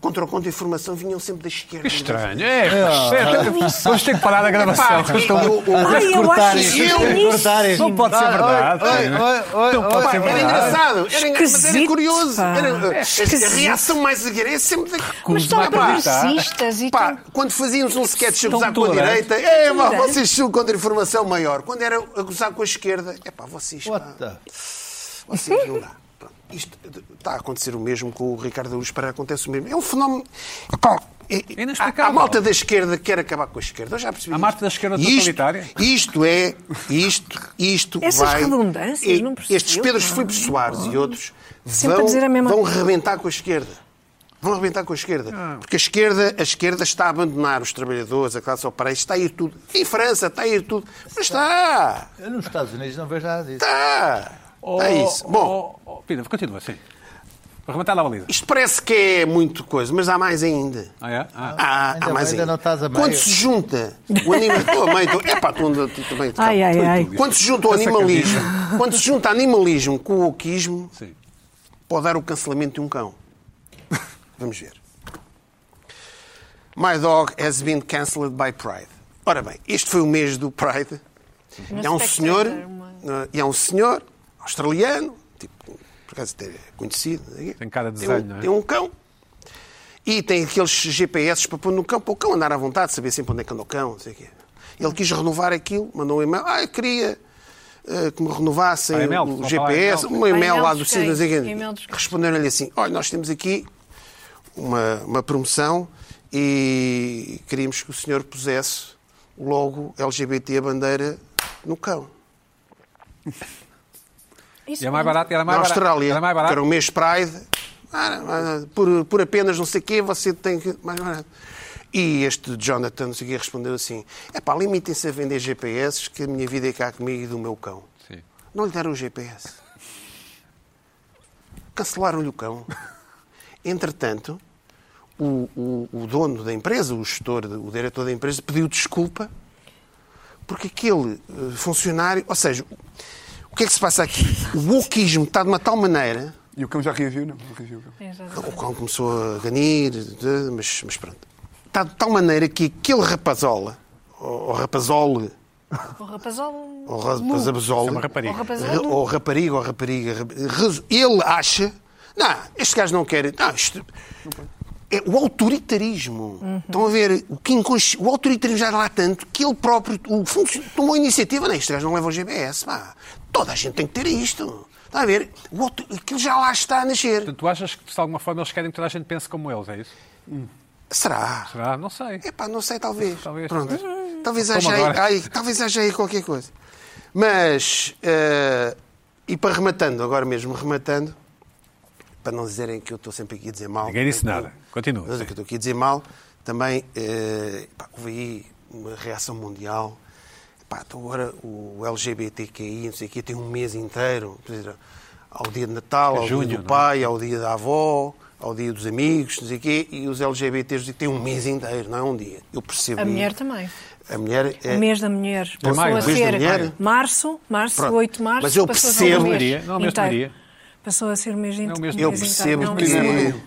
contra o contra informação vinham sempre da esquerda. Estranho. É, Ah. percebe? Vamos ter que parar a gravação. Epá, que é eles estão- e o- o- Ai, eu acho cortarem, isso eu- cortarem. Não pode ser verdade. Oi, não é? oi, oi, Não oi, pode ser oi. Era verdade. engraçado, era, engra- mas era Esquisito, curioso. pá. Era, a Esquisito. reação mais agressiva é sempre da. Mas são Vai para cá. progressistas e Pá, tudo. quando fazíamos um sketch a Estão gozar com a tolerantes. direita, é, pá, Tolerantes. vocês são contra informação maior. Quando era a gozar com a esquerda, é pá, vocês. pá, What the- Vocês não dá. Pronto. Isto está a acontecer o mesmo com o Ricardo Aruz Pereira, acontece o mesmo. É um fenómeno. Epá, é- é- É há, inexplicável. há malta da esquerda que quer acabar com a esquerda. Eu já percebi. Há isto. malta da esquerda E isto- totalitária. Isto é. Isto, isto Essas vai. redundâncias, não percebo, Estes Pedros pá. Filipe Soares e outros Sempre vão, a dizer a mesma vão coisa. rebentar com a esquerda. Vão arrebentar com a esquerda. Ah. Porque a esquerda, a esquerda está a abandonar os trabalhadores, a classe operária, está a ir tudo. Em França, está a ir tudo. Mas está! Eu nos Estados Unidos não vejo nada disso. Está! Está isso. Bom, oh, oh, Pina, continua, sim. Para rematar a baliza. Isto parece que é muito coisa, mas há mais ainda. Ah, é? Ah. Há, Ainda há mais bem, ainda não estás a meio. Quando se junta o animalismo. Estou a meio, estou- Epá, tu anda- tu também. tu- Ai, ai, ai. Quando se junta o animalismo, quando se junta animalismo com o oquismo, Sim. pode dar o cancelamento de um cão. Vamos ver. My dog has been cancelled by Pride. Ora bem, este foi o mês do Pride. E há um Spectator, senhor, uma- eh, e há um senhor australiano, tipo, por acaso até conhecido, não sei o quê. Tem cara de um- desenho, não é? Tem um cão. E tem aqueles GPS para pôr no cão, para o cão andar à vontade, saber sempre onde é que anda o cão, não sei o quê. Ele quis renovar aquilo, mandou um e-mail. Ah, eu queria eh, que me renovassem Para e-mail, o para e-mail. GPS, um e-mail Para lá e-mail do dos Cid, não sei cães, quem. e-mail dos cães. Responderam-lhe assim, olha, nós temos aqui uma, uma promoção e queríamos que o senhor pusesse o logo LGBT, a bandeira, no cão. Isso E é mais barato, era Na mais barato. Austrália, Era mais que era barato. o mês Pride, ah, ah, por, por apenas não sei o quê, você tem que... Mais barato. E este Jonathan, não sei o quê, respondeu assim, é pá, limitem-se a vender GPS, que a minha vida é cá comigo e do meu cão. Sim. Não lhe deram o GPS. Cancelaram-lhe o cão. Entretanto, o, o- o dono da empresa, o gestor, o diretor da empresa, pediu desculpa porque aquele eh, funcionário. Ou seja, o que é que se passa aqui? O wokismo está de uma tal maneira. E o cão já reagiu? Não, não reagiu. o cão. É, já- O cão começou a ganir, de- mas, mas pronto. Está de tal maneira que aquele rapazola, ou, ou rapazole, O rapazol. ou rapazabazole, É uma rapariga. O rapazol. Ra- ou rapariga, ou rapariga. rap- resu- Ele acha. Não, este gajo não quer. Não, isto. É o autoritarismo. Estão a ver? O, que inconsci... o autoritarismo já era lá tanto que ele próprio o funcio- tomou a iniciativa. Não, este gajo não leva o GBS. Pá. Toda a gente tem que ter isto. Está a ver? O auto... Aquilo já lá está a nascer. Portanto, tu achas que, de alguma forma, eles querem que toda a gente pense como eles, é isso? Será? Será? Não sei. Epá, não sei, talvez. Talvez. Pronto. Talvez Como haja, aí, agora. ai, talvez haja aí qualquer coisa. Mas, eh, e para rematando, agora mesmo rematando, para não dizerem que eu estou sempre aqui a dizer mal. Ninguém disse eu- nada. Continua. Mas é que eu estou aqui a dizer mal, também eh, pá, houve aí uma reação mundial. Pá, então agora o LGBTQI, não sei o quê, tem um mês inteiro. quer dizer, Ao dia de Natal, ao junho, dia do não é? pai, ao dia da avó, ao dia dos amigos, não sei o quê, e os LGBTs dizem que têm um mês inteiro, não é um dia. Eu percebo. A isso. mulher também. A mulher é. O mês da mulher. Passou maio, a mês da ser mulher. março, março, Pronto. 8 de março. Mas eu passou a ser percebo- um mês Maria, não, o mês de inteiro. Maria. Passou a ser o mês Não, inteiro. o mês de Eu Maria. percebo Não, que. isso Maria.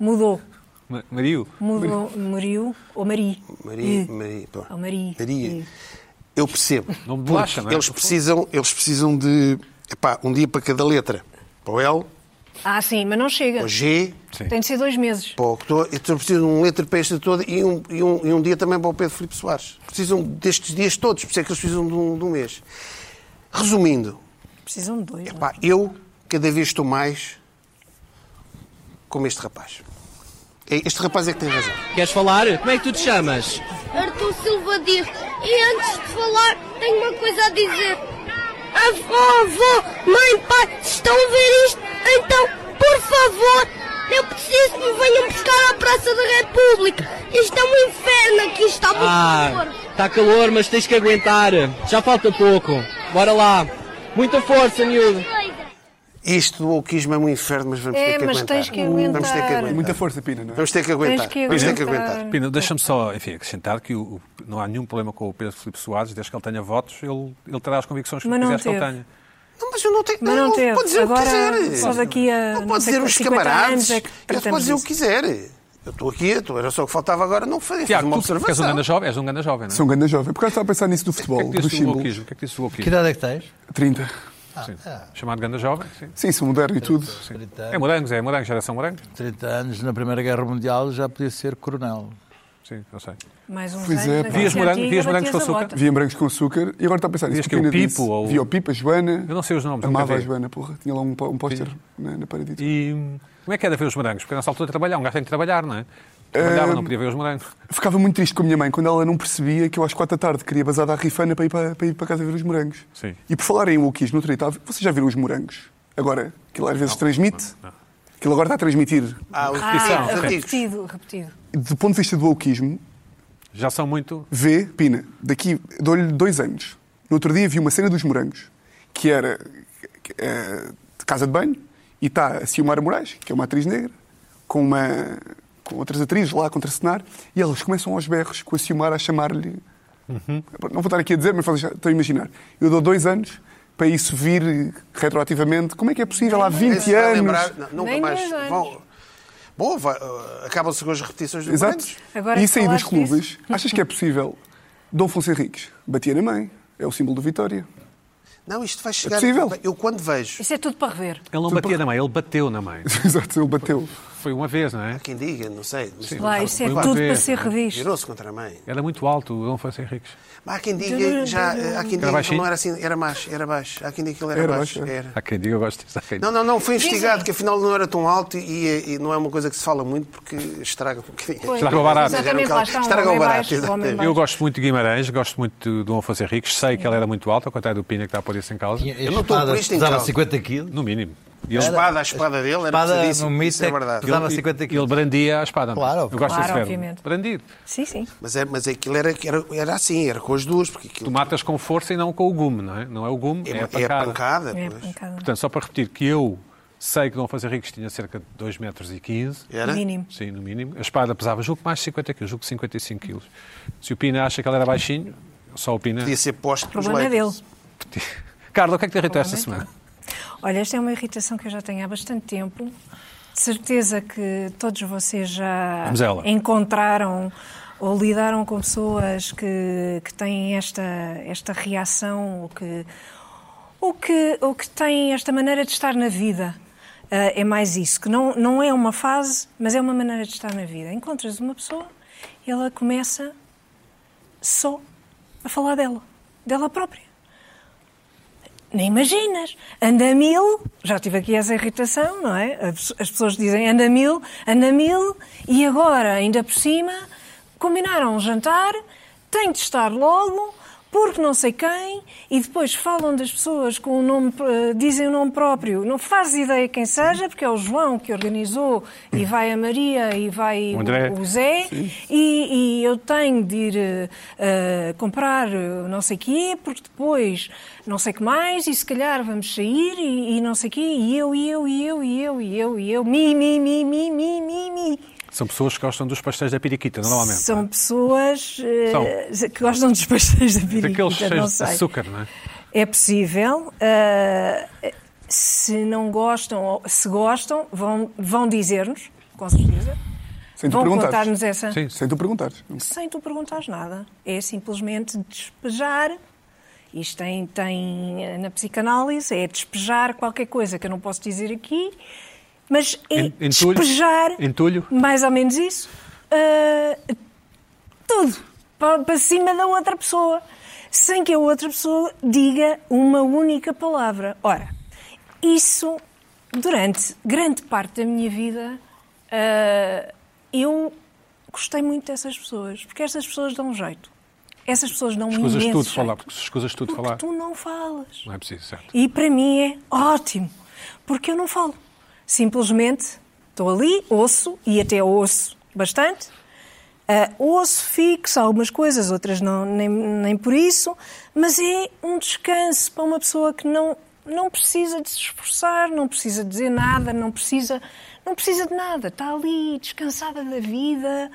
Mudou. Ma- Mario, Mudou. Moriu. Ou Mari. Maria, Eh, Maria, pô. Ou Maria. eh. Maria. Eu percebo. Não me bolacha, não é? Eles precisam, eles precisam de. Epá, um dia para cada letra. Para o L, Ah, sim, mas não chega. para o G, Sim. Tem de ser dois meses. Para o Octo- então precisam de um letra para esta toda e um, e um- e um dia também para o Pedro Filipe Soares. Precisam destes dias todos, por isso é que eles precisam de um, de um mês. Resumindo, Precisam de dois. não é? pá, eu cada vez estou mais como este rapaz. É, Este rapaz é que tem razão. Queres falar? Como é que tu te chamas? Arthur Silva diz, e antes de falar, tenho uma coisa a dizer. Avó, avó, mãe, pai, se estão a ver isto, então, por favor, eu preciso que me venham buscar à Praça da República. Isto é um inferno aqui, está muito Ah, calor. tá calor, mas tens que aguentar. Já falta pouco. Bora lá. Muita força, miúdo. Isto do oquismo é um inferno, mas vamos É, ter que mas aguentar. tens que Vamos ter que aguentar. aguentar. Muita força, Pina, não é? Vamos ter que aguentar. Tens que Vamos ter que aguentar. aguentar. Pina, deixa-me só enfim, acrescentar que o- o- não há nenhum problema com o Pedro Filipe Soares, desde que ele tenha votos, ele, ele terá as convicções que Mas tu não quiseres que ele teve. tenha. Não, mas eu não tenho. Mas não eu teve. Pode dizer Agora, o que quiser. só daqui a Eu não posso sei dizer quantos, os 50 camaradas. anos é que eu posso tratamos dizer o disso. que quiser. Eu estou aqui, eu estou- era só o que faltava agora não fazer. Fiz Tiago, uma tu que és um observação. grande jovem, és um grande jovem, não é? Sou um grande jovem. Por acaso estava a pensar nisso do O que é futebol, que do disse o símbolo. wokeismo? O que é que disse o Que wokeismo? idade é que tens? 30. Sim. Ah. Chamado ganda jovem? Sim. Sim, sou moderno e tudo. Tá. 30, É morangos, é morangos, geração morangos? 30 anos, na Primeira Guerra Mundial já podia ser coronel. Sim, eu sei. Mais uns Pois anos. né? é, na pá. Grécia Vias morango- Antiga, vias morangos batias com a açúcar? bota. Via em brancos com açúcar e agora está a pensar nisso. Diz que é o Pina Pipo disse. ou- Via o Pipo, a Joana. Eu não sei os nomes, nunca Amava a vi. Joana, porra. Tinha lá um, pó- um póster na, na parede. E hum, como é que era ver os morangos? Porque nessa altura trabalhar, um gajo tem que trabalhar, não é? Trabalhava, Hum. não podia ver os morangos. Ficava muito triste com a minha mãe quando ela não percebia que eu às quatro da tarde queria bazar da rifana para ir para, para ir para casa ver os morangos. Sim. E por falar em wokismo, no outro dia estava- vocês já viram os morangos? Agora, aquilo às vezes transmite. Aquilo agora está a transmitir. Ah, os Ah, antigos. repetido, repetido. Do ponto de vista do wokismo, Já são muito. vê, Pina, daqui, dou-lhe dois anos. No outro dia vi uma cena dos morangos, que era eh, de casa de banho, e está a Ciomara Moraes, que é uma atriz negra, com, uma, com outras atrizes lá a contracenar, e elas começam aos berros com a Ciomara a chamar-lhe. Não vou estar aqui a dizer, mas vocês já estão a imaginar. Eu dou dois anos para isso vir eh, retroativamente. Como é que é possível? Há 20 Vai anos. lembrar- não, nunca Nem mais. dois anos. Vão... Bom, vai- ah, acabam-se com as repetições dos Exato. morangos. Agora e isso aí dos que falaste clubes, achas que é possível? Dom Afonso Henriques batia na mãe, é o símbolo do Vitória. Não, isto vai chegar. É possível? Eu quando vejo. Isso é tudo para rever. Ele não batia na mãe, ele bateu na mãe. Exato, ele bateu. foi uma vez, não é? Quem diga, não sei. mas- Lá, isto é Foi uma tudo vez. para ser revisto. Virou-se contra a mãe. Era muito alto, ele não foi assim, sem ricos. Mas há quem diga, já, há quem diga que baixinho? ele não era assim, era baixo, era baixo. Há quem diga que ele era, Era baixo. baixo, é. Era. Há quem diga, eu gosto disso. Há quem Não, não, não, foi investigado que afinal não era tão alto e, e não é uma coisa que se fala muito porque estraga um bocadinho. Pois, Estraga o barato. Exatamente, lá está. um Estraga o homem barato, baixo, um homem exatamente. Eu baixo. gosto muito de Guimarães, gosto muito do Afonso Henriques, sei que ele era muito alto, ao contrário do Pina que está por isso em causa, Eu não estou por isto em Pesava causa. 50 quilos. no mínimo. E A ele, espada, a espada dele era espada pesadíssima, no mito isso é é- verdade. Ele dava 50 ele quilos. brandia a espada. é? Claro, eu gosto claro, desse verbo. obviamente. Brandido. Sim, sim. Mas, é, mas aquilo era, era, era assim, era com as duas, porque Tu aquilo matas com força e não com o gume, não é? Não é o gume, é, é, a é a pancada. pancada. É pois. pancada. Portanto, só para repetir que eu sei que Dom Afonso Henriques tinha cerca de 2 metros e 15. Era? Mínimo. Sim, no mínimo. A espada pesava, julgo que mais de 50 quilos, julgo que 55 quilos. Se o Pina acha que ele era baixinho, só o Pina... Podia ser posto O pelos problema é dele. leitores. Carla, o que é que te irritou esta Provavelmente semana? Olha, esta é uma irritação que eu já tenho há bastante tempo. De certeza que todos vocês já Vamos a ela. encontraram ou lidaram com pessoas que, que têm esta, esta reação ou que, ou, que, ou que têm esta maneira de estar na vida. Ah, é mais isso, que não, não é uma fase, mas é uma maneira de estar na vida. Encontras uma pessoa e ela começa só a falar dela, dela própria. Nem imaginas. Anda a mil, já tive aqui essa irritação, não é? As as pessoas dizem anda a mil, anda a mil, e agora, ainda por cima, combinaram um jantar, tem de estar logo, porque não sei quem, e depois falam das pessoas com o nome, eh, dizem o nome próprio, não faz ideia quem seja, porque é o João que organizou, e vai a Maria, e vai O André. o Zé e, e eu tenho de ir eh, eh, comprar eh, não sei quê, porque depois não sei que mais e se calhar vamos sair e, e não sei quê, e eu, e eu, e eu, e eu, e eu, e eu, mi, mi, mi, mi, mi, mi, mi. São pessoas que gostam dos pastéis da periquita, normalmente. São pessoas eh, que gostam dos pastéis da Daqueles periquita, não cheios de sei. açúcar, não é? É possível. ah, se não gostam, ou se gostam, vão, vão dizer-nos, com certeza. Sem tu vão perguntares. contar-nos essa Sim. Sem tu perguntares. sem tu perguntares nada. É simplesmente despejar. Isto tem, tem na psicanálise, é despejar qualquer coisa que eu não posso dizer aqui, mas é En- entulho? despejar Entulho? mais ou menos isso, ah, tudo para, para cima da outra pessoa, sem que a outra pessoa diga uma única palavra. Ora, isso durante grande parte da minha vida ah, eu gostei muito dessas pessoas, porque essas pessoas dão jeito. Essas pessoas dão um Escusas imenso tudo de jeito, falar, porque se escusas tudo de porque falar, tu não falas. não é preciso, certo? E para mim é ótimo, porque eu não falo. Simplesmente estou ali, ouço, e até ouço bastante. Ah, ouço, fixo algumas coisas, outras não, nem, nem por isso, mas é um descanso para uma pessoa que não, não precisa de se esforçar, não precisa dizer nada, não precisa, não precisa de nada. Está ali, descansada da vida,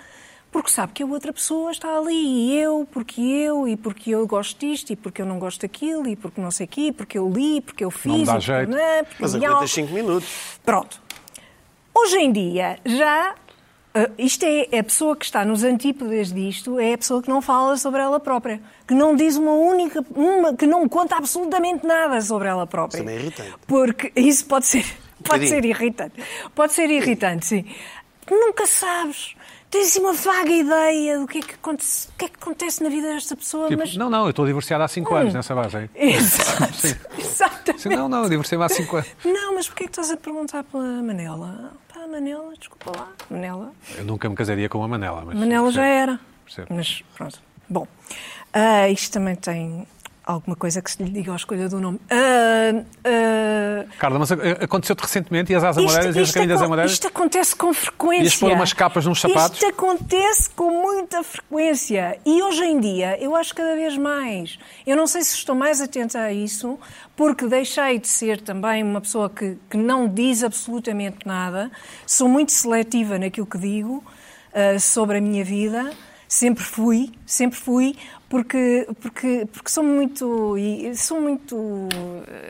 porque sabe que a outra pessoa está ali e eu, porque eu, e porque eu gosto disto, e porque eu não gosto daquilo, e porque não sei o quê, e porque eu li, porque eu fiz, me dá e porque jeito. não, é, porque Mas eu aguentas vi algo. 5 minutos. Pronto. Hoje em dia, já. ah, isto é a pessoa que está nos antípodas disto, é a pessoa que não fala sobre ela própria, que não diz uma única. Uma, que não conta absolutamente nada sobre ela própria. Isso também é irritante. Um Porque isso pode ser. Pode bocadinho. ser irritante. Pode ser irritante, sim. Nunca sabes. Tens assim uma vaga ideia do que é que acontece, o que é que acontece na vida desta pessoa, Tipo, mas. Hum. não, não, eu estou divorciado há 5 anos nessa base aí. Exato. Sim, Exatamente. não, não, eu divorciei-me há 5 anos. Não, mas porquê é que estás a perguntar pela Manela? Pá, Manela, desculpa lá. Manela. Eu nunca me casaria com uma Manela, mas... Manela já é- era. Percebo. Mas pronto. Bom, ah, isto também tem alguma coisa que se lhe diga à escolha do nome. Ah, ah, Carla, mas a- aconteceu-te recentemente, ias às Amoreiras, ias a caminho das acon- Amoreiras, isto acontece com frequência. Ias pôr umas capas nos sapatos? Isto acontece com muita frequência. E hoje em dia, eu acho cada vez mais. Eu não sei se estou mais atenta a isso, porque deixei de ser também uma pessoa que, que não diz absolutamente nada. Sou muito seletiva naquilo que digo ah, sobre a minha vida. Sempre fui, sempre fui, porque, porque, porque sou muito. e- Sou muito.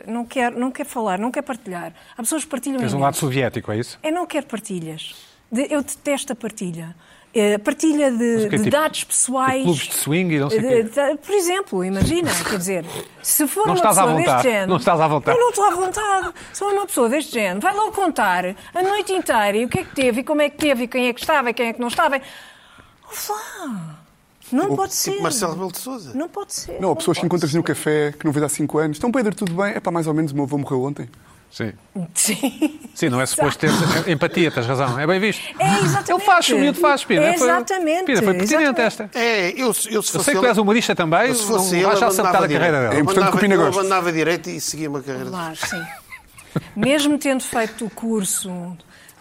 eh, Não quero, não quero falar, não quero partilhar. Há pessoas que partilham tens um imenso. lado soviético, é isso? Eu não quero partilhas. De- Eu detesto a partilha. eh, partilha de, o quê? de Tipo, dados Tipo, pessoais. clubes de swing e não sei o Eh, quê. eh, Por exemplo, imagina, quer dizer, se for Não uma estás à pessoa vontade, deste género. não estás à vontade. Eu não estou à vontade. Se for uma pessoa deste género, vai logo contar a noite inteira e o que é que teve e como é que teve e quem é que estava e quem é que não estava. Vá! Não pode ser. Tipo Marcelo Rebelo de Souza. Não pode ser. Não, há pessoas que pode encontras no café, que não vês há 5 anos. Então, Pedro, tudo bem? É pá, mais ou menos, o meu avô morreu ontem. Sim. ser. Sim. Sim, não é suposto ter empatia, tens razão. É bem visto. É exatamente. Ele faz, o miúdo faz, Pina. É Foi- um- exatamente. Pina, foi pertinente exatamente. esta. É, eu, se- eu se Eu fosse sei que tu ele- és humorista também, eu, se fosse não ele, vais já saltar a abandonava carreira direito. dele. É importante que o Pina Eu goste. abandonava direito e seguia uma carreira. Claro, sim. Mesmo tendo feito o curso,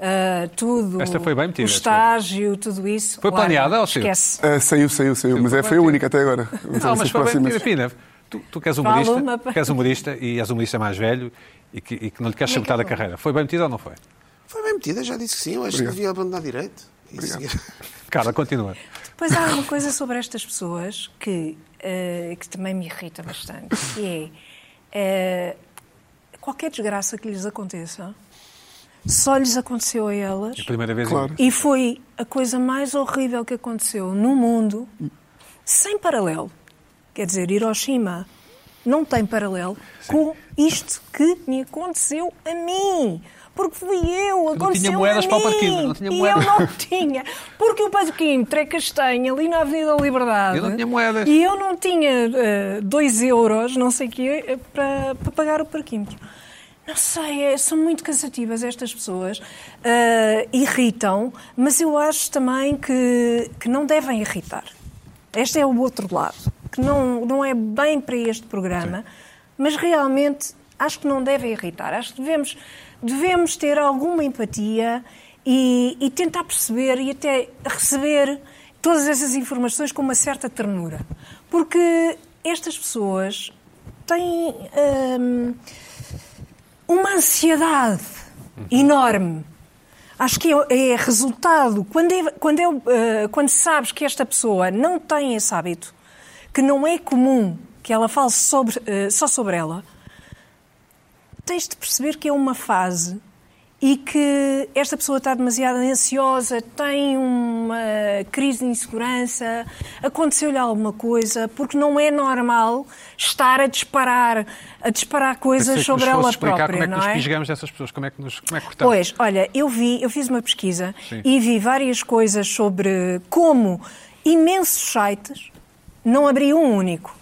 ah, tudo, Esta foi bem metida, o estágio, tudo isso. Foi larga, planeada, ou sim? Esquece. Ah, saiu, saiu, saiu. Mas é, foi a única até agora. Vamos ver Não, se Então, mas as foi bem Então, próximas- metida, Pina. Tu, tu que és Fala humorista, uma, pá. que és humorista e és humorista mais velho e que, e que não lhe queres sabotar da carreira. Foi bem metido ou não foi? Foi bem metida, já disse que sim. Eu acho que devia abandonar direito. E seguir. Cara, continua. É Pois há uma coisa sobre estas pessoas que, eh, que também me irrita bastante, que é eh, qualquer desgraça que lhes aconteça, só lhes aconteceu a elas A primeira vez. Claro. e foi a coisa mais horrível que aconteceu no mundo, sem paralelo. Quer dizer, Hiroshima não tem paralelo com isto que me aconteceu a mim. Porque fui eu, aconteceu moedas a mim. para o parquinho, não tinha e moedas. eu não tinha. Porque o parquinho Trecastanha, ali na Avenida da Liberdade. Eu não tinha moedas. E eu não tinha 2 euros, não sei o quê, eh, para, para pagar o parquímetro. Não sei, é- são muito cansativas estas pessoas, eh, irritam, mas eu acho também que, que não devem irritar. Este é o outro lado, que não, não é bem para este programa, mas realmente acho que não devem irritar. Acho que devemos, devemos ter alguma empatia e, e tentar perceber e até receber todas essas informações com uma certa ternura. Porque estas pessoas têm hum, uma ansiedade enorme. Acho que é, é resultado. Quando, é, quando, é, eh, quando sabes que esta pessoa não tem esse hábito, que não é comum que ela fale sobre, eh, só sobre ela, tens de perceber que é uma fase e que esta pessoa está demasiado ansiosa, tem uma crise de insegurança, aconteceu-lhe alguma coisa, porque não é normal estar a disparar, a disparar Pensei que coisas nos sobre fosse ela explicar própria, como é que não nos é? pisgamos dessas pessoas, como é que, nos, como é que cortamos. Pois, olha, eu vi, eu fiz uma pesquisa Sim. e vi várias coisas sobre como imensos sites não abri um único.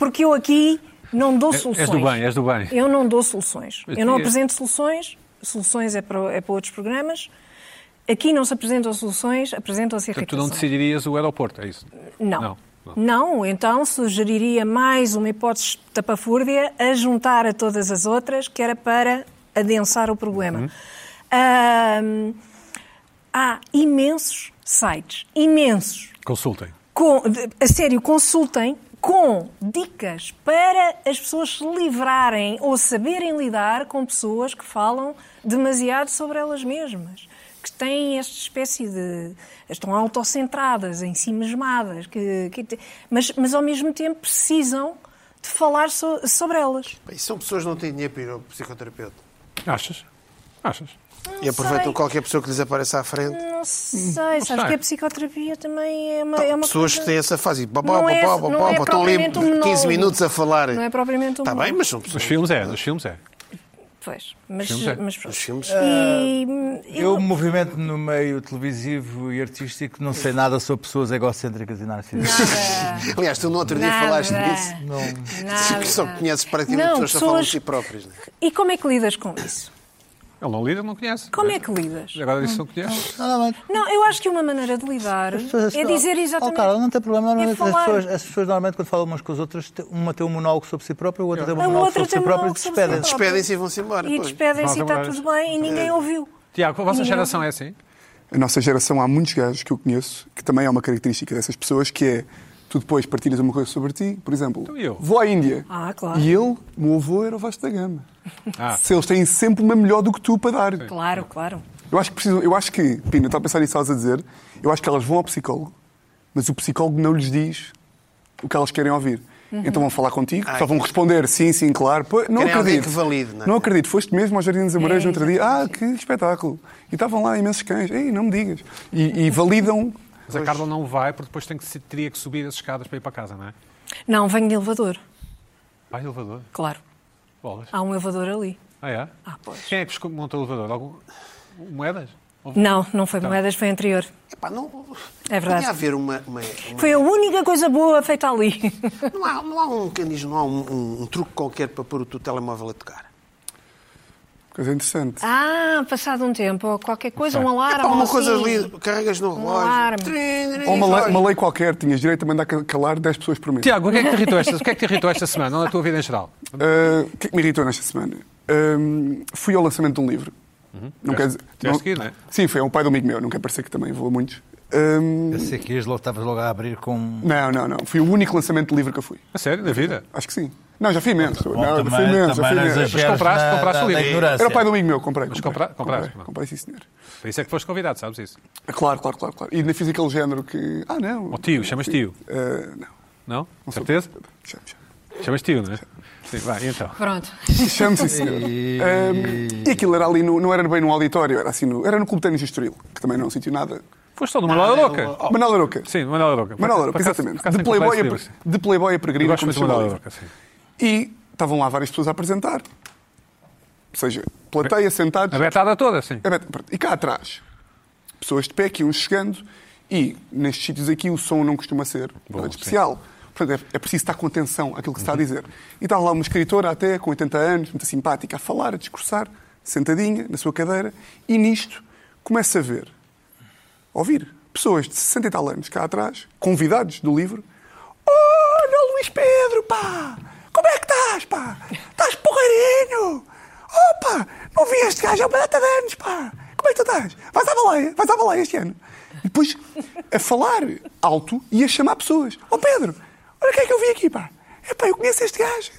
Porque eu aqui não dou É- és do soluções. bem, és do bem. é. Eu não dou soluções. Mas eu não tu- apresento soluções. Soluções é para, é para outros programas. Aqui não se apresentam soluções, apresentam-se Portanto, tu não irritações. decidirias o aeroporto, é isso? Não. Não. Não. Não. então sugeriria mais uma hipótese tapafúrdia a juntar a todas as outras, que era para adensar o problema. Ahm, há imensos sites, imensos, Consultem. com, de- a sério, consultem com dicas para as pessoas se livrarem ou saberem lidar com pessoas que falam demasiado sobre elas mesmas, que têm esta espécie de. estão autocentradas, em si mesmadas, que, que te- mas, mas ao mesmo tempo precisam de falar so- sobre elas. Bem, são pessoas que não têm dinheiro para ir ao psicoterapeuta. Achas? Achas? E aproveitam sei. qualquer pessoa que lhes apareça à frente. Não sei, sabes Hum. sei. que a psicoterapia também é uma, é uma pessoas que coisa- têm essa fase. Bá, bá, Não é- bá, bá, não bá, é bá, estão ali propriamente um monólogo. 15 minutos a falar. Não é propriamente um Está Tá bem, monólogo. mas são pessoas. Nos filmes é, nos filmes é. Pois, mas, Filmes é. Ah, mas pronto. Os filmes. E, Eu movimento no meio televisivo e artístico, não sei nada sobre pessoas egocêntricas e narcisistas. Aliás, tu no outro dia Nada. falaste disso. Nada. Que só conheces praticamente Não, pessoas que só falam de si pessoas- próprias. né? E como é que lidas com isso? Ele não lida, não conhece. Como é que lidas? Agora disse que não conhece. Não, não, mas... Não, eu acho que uma maneira de lidar é dizer exatamente. Oh, Carla, não tem problema. é Normalmente as falar. pessoas, as pessoas normalmente quando falam umas com as outras, te- uma tem um monólogo sobre si própria, a É. outra tem um A monólogo outra sobre si tem um própria e monólogo sobre si despedem-se. própria. Despedem-se e vão-se embora. E pois. É. despedem-se e Vamos está embora. tudo bem e ninguém ouviu. Tiago, a vossa Ninguém geração é assim? A nossa geração, há muitos gajos que eu conheço que também é uma característica dessas pessoas que é tu depois partilhas uma coisa sobre ti, por exemplo, Então, e eu? vou à Índia. Ah, claro. E ele, meu avô, era o Vasco da Gama. Ah. Se eles têm sempre uma melhor do que tu para dar. Claro, claro. Eu acho que precisam, eu acho que, Pina, está a pensar nisso que estavas a dizer, eu acho que elas vão ao psicólogo, mas o psicólogo não lhes diz o que elas querem ouvir. Uhum. Então vão falar contigo, Ai. só vão responder sim, sim, claro. Pô, não Querem alguém acredito. que valide, não é? acredito. Foste mesmo aos Jardins dos Amoreiros É, no outro dia. Ah, exatamente. que espetáculo. E estavam lá imensos cães. Ei, não me digas. E, e validam Mas a Carla não vai, porque depois tem que, se- teria que subir as escadas para ir para casa, não é? Não, venho de elevador, Vai, elevador. claro. Bolas. Há um elevador ali. Ah, é? Ah, pois. Quem é que esco- montou o elevador? Algum... Moedas? Houve- Não, não foi moedas, foi anterior. Epá, não... É verdade. Podia haver uma... uma- uma- Foi a única coisa boa feita ali. Não, há, não há um mecanismo, não há um, um- um truque qualquer para pôr o teu telemóvel a tocar. Coisa interessante. Ah, passado um tempo, ou qualquer coisa, um É alarme. pá, uma assim. coisa ali, carregas no alarme. relógio. Trim, trim, Ou é uma lei, trim. uma lei qualquer, tinhas direito a mandar ca- calar 10 pessoas por mês. Tiago, o que é que te irritou esta, o que é que te irritou esta semana, ou na tua vida em geral? Ah, O que é que me irritou nesta semana? Ah, fui ao lançamento de um livro. Não quer dizer. Uhum. tiveste que ir, não é? Sim, foi um pai de um amigo meu, não quer parecer que também vou a muitos. Ah, Eu sei que hoje logo estavas logo a abrir com. um não, não, não. Foi o único lançamento de livro que eu fui. A sério, na vida? Acho que sim. Não, já fui imenso. Bom, não, já fui também, imenso, já também fui não imenso. exageres compraste- na- compraste o na- livro? na ignorância. Era o pai do amigo meu, comprei. Mas comprei, compra- compraste, comprei, não? é? comprei, sim, senhor. Ah, Por isso é que foste convidado, sabes isso? Claro, claro, claro, claro. E ainda fiz aquele género que. Ah, não. Ó tio, chamas tio. Ah, não. Não? Certeza? Já, já. Chamas tio, não é? Sim, vai, então. Pronto. Chamo, sim, senhor. Ahm, e aquilo era ali, no, não era bem num auditório, era assim, no, era no Clube Ténis de Estoril, que também não sentiu nada. Foste só do Manuel Aroca. Oh. Manuel Aroca. Sim, do Manuel Aroca. Manuel Por Aroca, acaso- exatamente. por acaso é tem De playboy, comprado a, esse livro. de playboy a Eu peregrino, gosto como muito se do chama o Manuel livro. Aroca, sim. E estavam lá várias pessoas a apresentar. Ou seja, plateia, sentados. A betada toda, sim. Aberta. Pronto. E cá atrás, pessoas de pé, que iam chegando, e nestes sítios aqui o som não costuma ser Bom, sim. nada Uhum. especial. Portanto, é, é preciso estar com atenção àquilo que se está a dizer. E está lá uma escritora, até com 80 anos, muito simpática, a falar, a discursar, sentadinha, na sua cadeira, e nisto começa a ver, a ouvir, pessoas de 60 e tal anos cá atrás, convidados do livro. Oh, não, Luís Pedro, pá! Como é que estás, pá? Estás porreirinho! Oh, pá! Não vi este gajo há uma data de anos, pá! Como é que tu estás? Vais à baleia, vais à baleia este ano. E depois a falar alto e a chamar pessoas. Oh, Pedro, olha quem é que eu vi aqui, pá! É pá, eu conheço este gajo.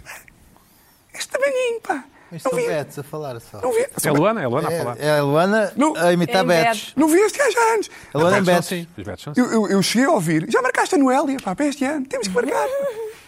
Este tamanhinho, pá! Mas Não são vi, betos a falar só. não vi, É a Luana, é a Luana a falar. É, é a Luana Não. a imitar Em betos. não vi este gajo há anos. A Luana em Os betos betos. são assim. Os betos são assim. Eu, eu- eu cheguei a ouvir, já marcaste a Noélia, pá, para este ano, temos que marcar.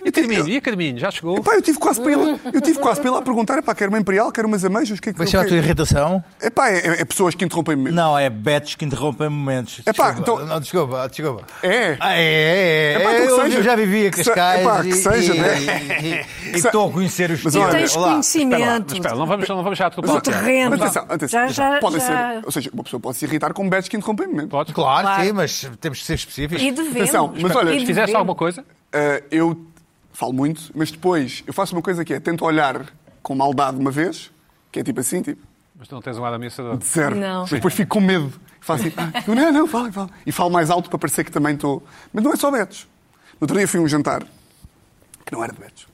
E Carminho, e a Carminho, já chegou? Epá, eu tive quase para ir lá, eu tive quase para ir lá perguntar, epá, quero uma imperial, quero umas ameijas, o que é que Vai ser a o tua que- irritação? Epá, é, é pessoas que interrompem-me mesmo. Não, é betos que interrompem momentos. Epá, desculpa. então- Não, desculpa, desculpa. É? Ah, é, é, é. Epá, então que eu, seja. eu já vivi a Que se- Cascais epá, que e, seja, e- né? e- e- e Que se- estou a conhecer os Mas E olha, temas. tens Espera, Olá. lá, conhecimento. mas espera, não vamos, não vamos já atropelar. Do terreno. Mas atenção, Já, atenção. já, Podem já. ser, ou seja, uma pessoa pode se irritar com betes que interrompem-me mesmo. Podes? Claro, Claro. sim, mas temos que ser específicos. E devemos. Atenção, mas olha, E se Fizeste devemos. alguma coisa? Ah, eu falo muito, mas depois eu faço uma coisa que é, tento olhar com maldade uma vez, que é tipo assim, tipo, Mas tu não tens um ar ameaçador. Zero. Não. Mas depois fico com medo. Falo assim, ah, eu, não, não, fala, fala. E falo mais alto para parecer que também estou. Mas não é só Betos. No outro dia fui a um jantar que não era de Betos.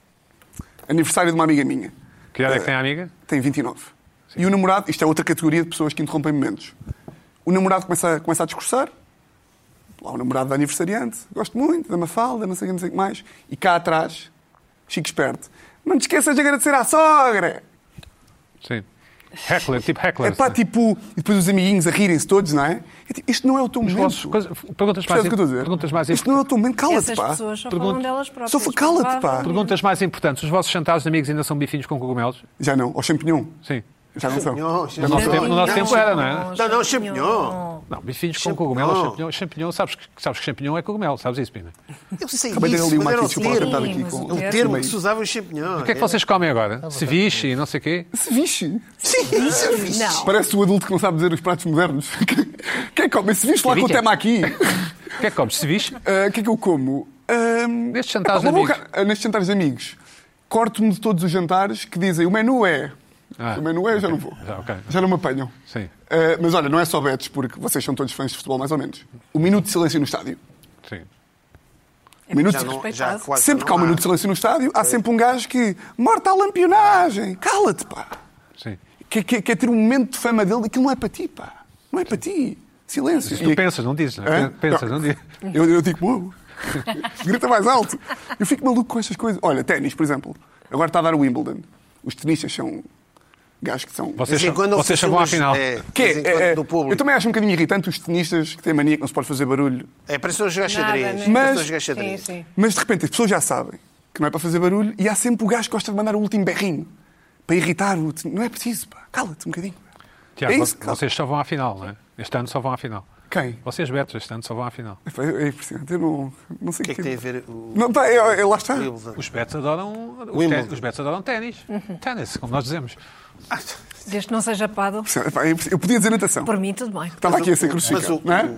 Aniversário de uma amiga minha. Eh, Que idade é que tem a amiga? Tem 29. E o namorado, isto é outra categoria de pessoas que interrompem momentos. O namorado começa, a- começa a discursar. Lá o namorado da aniversariante. Gosto muito da Mafalda, não sei o que, não sei o que mais. E cá atrás, Chico Esperto. Não te esqueças de agradecer à sogra. Sim. Heckler, tipo É heckler. pá, tipo, e depois os amiguinhos a rirem-se todos, não é? é tipo, isto não é o teu momento. Perguntas mais, Percebes o que eu estou a dizer? perguntas mais Isto não é o teu momento, cala-te, Essas pá. pessoas só Pergunta- falam delas próprias. Só fa- cala-te, pá. Provavelmente. Perguntas mais importantes. Os vossos jantares de amigos ainda são bifinhos com cogumelos? Já não, ao champignon. Sim. Já não são. Não, No nosso tempo, no nosso Não, tempo era, não é? Não, não, champignon. Não, bifinhos com Champignon. cogumelos, champignon, champignon, sabes que, sabes que champignon é cogumelo, sabes isso, Pina? Eu sei Acabei de dar disso, ali um uma mas era o aqui, desculpa, termo. estava aqui Sim, com... mas O Sim. termo que se usava os champignon. O que é que vocês comem agora? Ceviche e não sei o quê? Ceviche. Sim, Não. Parece o adulto que não sabe dizer os pratos modernos. Quem é que come? Ceviche lá com o Ceviche? tema aqui. O que é que comes? Ceviche? Ah, O que é que eu como? Ah, Nestes jantares epá, uma de boa amigos. ca- ah, Nestes jantares de amigos. Corto-me de todos os jantares que dizem o menu é. Ah, o menu é, já não vou. Já, ok. Já não me apanham. Sim. Ah, mas olha, não é só Betos, porque vocês são todos fãs de futebol, mais ou menos. O minuto de silêncio no estádio. Sim. É Minuto- Já não- já desrespeitado. quase Sempre não que há um há. minuto de silêncio no estádio, há sempre um gajo que. Morta à lampionagem! Cala-te, pá! Sim. Quer, quer, quer ter um momento de fama dele, aquilo não é para ti, pá! Não é para ti! Silêncio! Tu E- pensas, não dizes, não é? Hã? É Pensas, não dizes. Eu, eu digo, uou! Grita mais alto! Eu fico maluco com estas coisas. Olha, ténis, por exemplo. Agora está a dar o Wimbledon. Os tenistas são. gajos que são. Vocês, vocês chamam à final. Que é, é, do eu público. também acho um bocadinho irritante os tenistas que têm mania que não se pode fazer barulho É, parece um jogar Nada, xadrez. né? Parece um Mas- jogar Sim, xadrez. sim. Mas de repente as pessoas já sabem que não é para fazer barulho e há sempre o gajo que gosta de mandar o último berrinho para irritar o. Não é preciso, pá. Cala-te um bocadinho. Tiago, é isso, vocês só vão à final, não é? Este ano só vão à final. cala. Quem? Vocês, Betos, este ano só vão à final. Epá, É impressionante. Eu não, não sei O que é que tem a ver o. Não, tá, é, é, lá está. Wimbledon? Os Betos adoram. os Wimbledon. té- Os Betos adoram ténis. Uhum. Ténis, como nós dizemos. Desde que não seja paddle, Epá, é impressionante. Eu podia dizer natação. por mim tudo bem. Estava aqui a Mas o- ser crucificado, mas o- não é?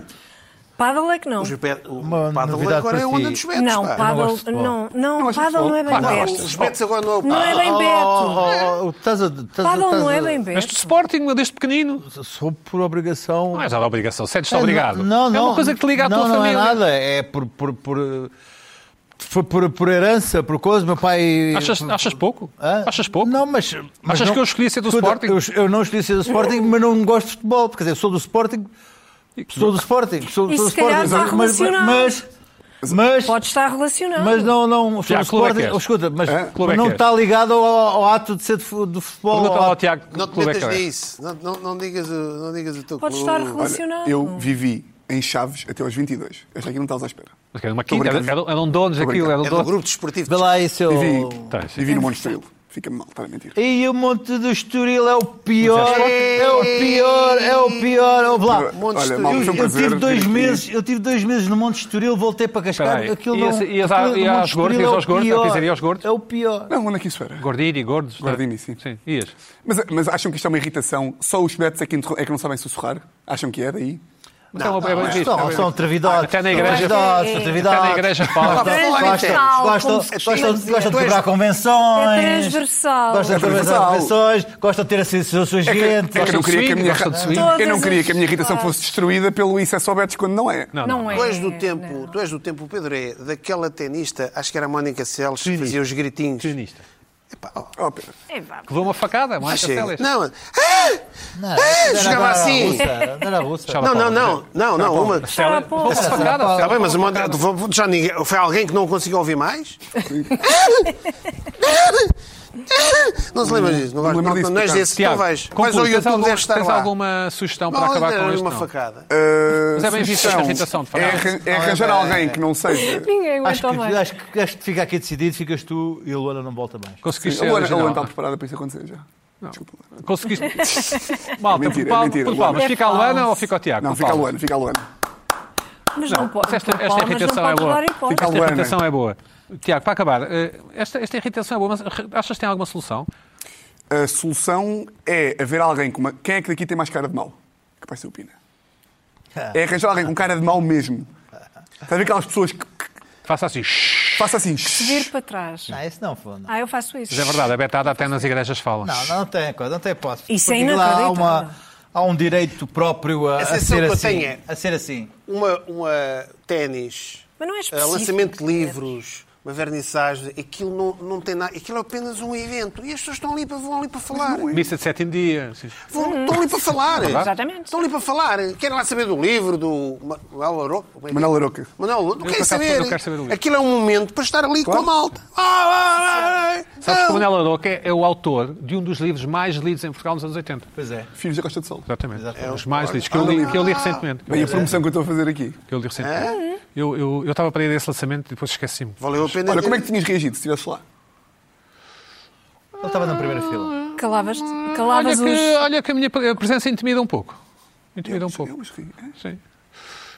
Paddle é que não. Os bet- o Uma paddle novidade agora é a para onda si. dos betos. Não, pá. não paddle gosto de não, futebol. não, paddle não é bem Pá, não Não, gosto. beto. os betos agora não Não é bem beto. Oh, oh, estás a- estás a- Paddle não é estás a- bem Mas de beto. Sporting, meu, desde pequenino. eh, Sou por obrigação. Não é já da obrigação, sentes-te É, obrigado. Não, não. É uma coisa que te liga à não, tua não família. é nada. É por. por, por foi por, por herança, por coisa, meu pai. Achas, achas pouco? Hã? Achas pouco? Não, mas. mas Achas não- que eu escolhi ser do Escuta, Sporting? Eu, eu não escolhi ser do Sporting, mas não gosto de futebol. Quer dizer, sou do Sporting. Sou do Sporting. Sou, E sou do se calhar Sporting. está mas, relacionado. mas. Mas. Pode estar relacionado. Mas não, não, sou Tiago, do que clube é que Sporting, és? escuta, mas Clube é não que és? está ligado ao, ao ato de ser de, fu- do futebol. Pergunta ao lá ao ato- Tiago que Não te clube é que metas é. nisso. Não, não, não, digas o, não digas o teu Pode clube. estar Olha, relacionado. eu vivi em Chaves até aos 22. Esta aqui não estavas à espera. Mas que Era é uma Estou quinta, brincando. eram- eram donos aquilo, brincando. eram É do donos. grupo desportivo. Vê lá aí seu. Oh. Vivi, Tá, sim. vivi no Monte Estrela. Fica-me mal, está a mentir. E o Monte do Estoril é o pior, Mas é o pior, é o pior. Ouve lá. Monte Olha, Estoril. mal, foi Eu, um eu prazer tive dois vir aqui. meses, eu tive dois meses no Monte Estoril, voltei para Espera Cascais. aí. Aquilo Ias- não. ias a- aquilo do ias Monte aos gordos? Estoril Ias é o aos gordos? Quer pior. dizer, ias aos gordos? É o pior. Não, onde é que isso era? Gordini, gordos. tá? Gordini, sim. Sim, ias. Mas, mas acham que isto é uma irritação? Só os betos é que, interrom- é que não sabem sussurrar? Acham que é daí? Mas é uma é bem visto. um São, são trevidotes. Até na igreja- São trevidotes. até na igreja fala. Gostam- Transversal, gostam- como gostam- se costuma Gostam dizer. gostam de Tu és- quebrar É convenções. transversal. Gostam de quebrar Transversal. convenções. Gostam de ter associações É que, é que gente. eu não queria que a minha, Gostam de swing? eu não queria que a minha irritação Todas as- fosse destruída pelo isso é só betos quando não é. Não, não. Não é. Tu és do tempo, não. tu és do tempo, Pedro, é daquela tenista, acho que era a Mónica Celes, que Tenista. fazia os gritinhos. Sionista. Epá, ó, Oh, Pedro. É, vá. Que levou uma facada, ah, mais chega. Celes. Não, ah, ah, jogava assim. Era russa. Chava- Não, não, não, não, não, uma. Está a Levou uma pôr. facada. Está Tá bem, Celes. mas uma, já ninguém, foi alguém que não conseguiu ouvir mais? Não se lembra disso, não, Não gosto, lembro não, disso, não és por acaso. desse, Tiago, não vais. Mas conclui. ao Tens YouTube alguma- deve estar Tens lá. alguma sugestão para Não, acabar com era isto? uma não? facada. Uh, Mas é bem visto sugestão. esta irritação, de É, facto. arran- é arranjar alguém que não seja. Ninguém Acho aguenta que, mais. acho, que- acho que fica aqui decidido, ficas tu e a Luana não volta mais. Conseguiste A ser Luana a Luana então original. está preparada para isso acontecer já. Desculpa. Luana. Conseguiste. Malta, É Mentira, por palmas, mentira, por Luana. palmas. É Fica a falso. Luana ou fica o Tiago? Não, Por fica a palmas. Luana, fica a Luana. Mas não pode. Esta, por esta palmas, irritação não é pode boa. dar hipótese. Fica a Esta Luana. irritação é boa. Tiago, para acabar, eh, esta, esta irritação é boa, mas re- achas que tem alguma solução? A solução é haver alguém com uma. Quem é que daqui tem mais cara de mau? Que vai ser o Pina. É arranjar alguém com cara de mau mesmo. Estás a ver aquelas pessoas que que Faça assim. shhh. façam assim. Vir para trás. Não, esse não foi. Não, Ah, eu faço isso. Mas é verdade, a betada até nas igrejas fala. não, não tem coisa, não tem hipótese. Isso é Porque lá há, inacreditável. uma- há um direito próprio a, a Essa é só ser o que eu assim. tenho, é. A ser assim. Uma, uma ténis, Mas não é ah, específico. lançamento de livros, uma vernissagem, aquilo não, não tem nada, aquilo é apenas um evento. E as pessoas estão ali para, vão ali para falar. Missa de sete em dia. assim. Vão- Estão ali para falar. Exatamente. Estão ali para falar. Querem lá saber do livro, do Ma- Manuel Aroca? Como é que é? Manuel Aroca. Manuel Aroca, não Eu, querem por acaso, saber. não quero saber do livro. Aquilo é um momento para estar ali com a malta. Ah, ah, ah, ah, Sabes que o não. Manela Roca é, é o autor de um dos livros mais lidos em Portugal nos anos 80. Pois é. Filhos da Costa do Sol. Exatamente. Exatamente. Um dos É mais lidos, que eu li, que eu li recentemente. Que eu Bem, li a promoção que eu estou a fazer aqui. que eu li Ah, é? recentemente. Eu, eu, eu estava para ir a esse lançamento e depois esqueci-me. Valeu a pena. Olha, como é que tinhas reagido se estivesse lá? Ele estava na primeira fila. Calavas, Olha calavas os. que, olha que a minha pre- presença intimida um pouco. Intimida um Eu, pouco. mas é, ri. Sim.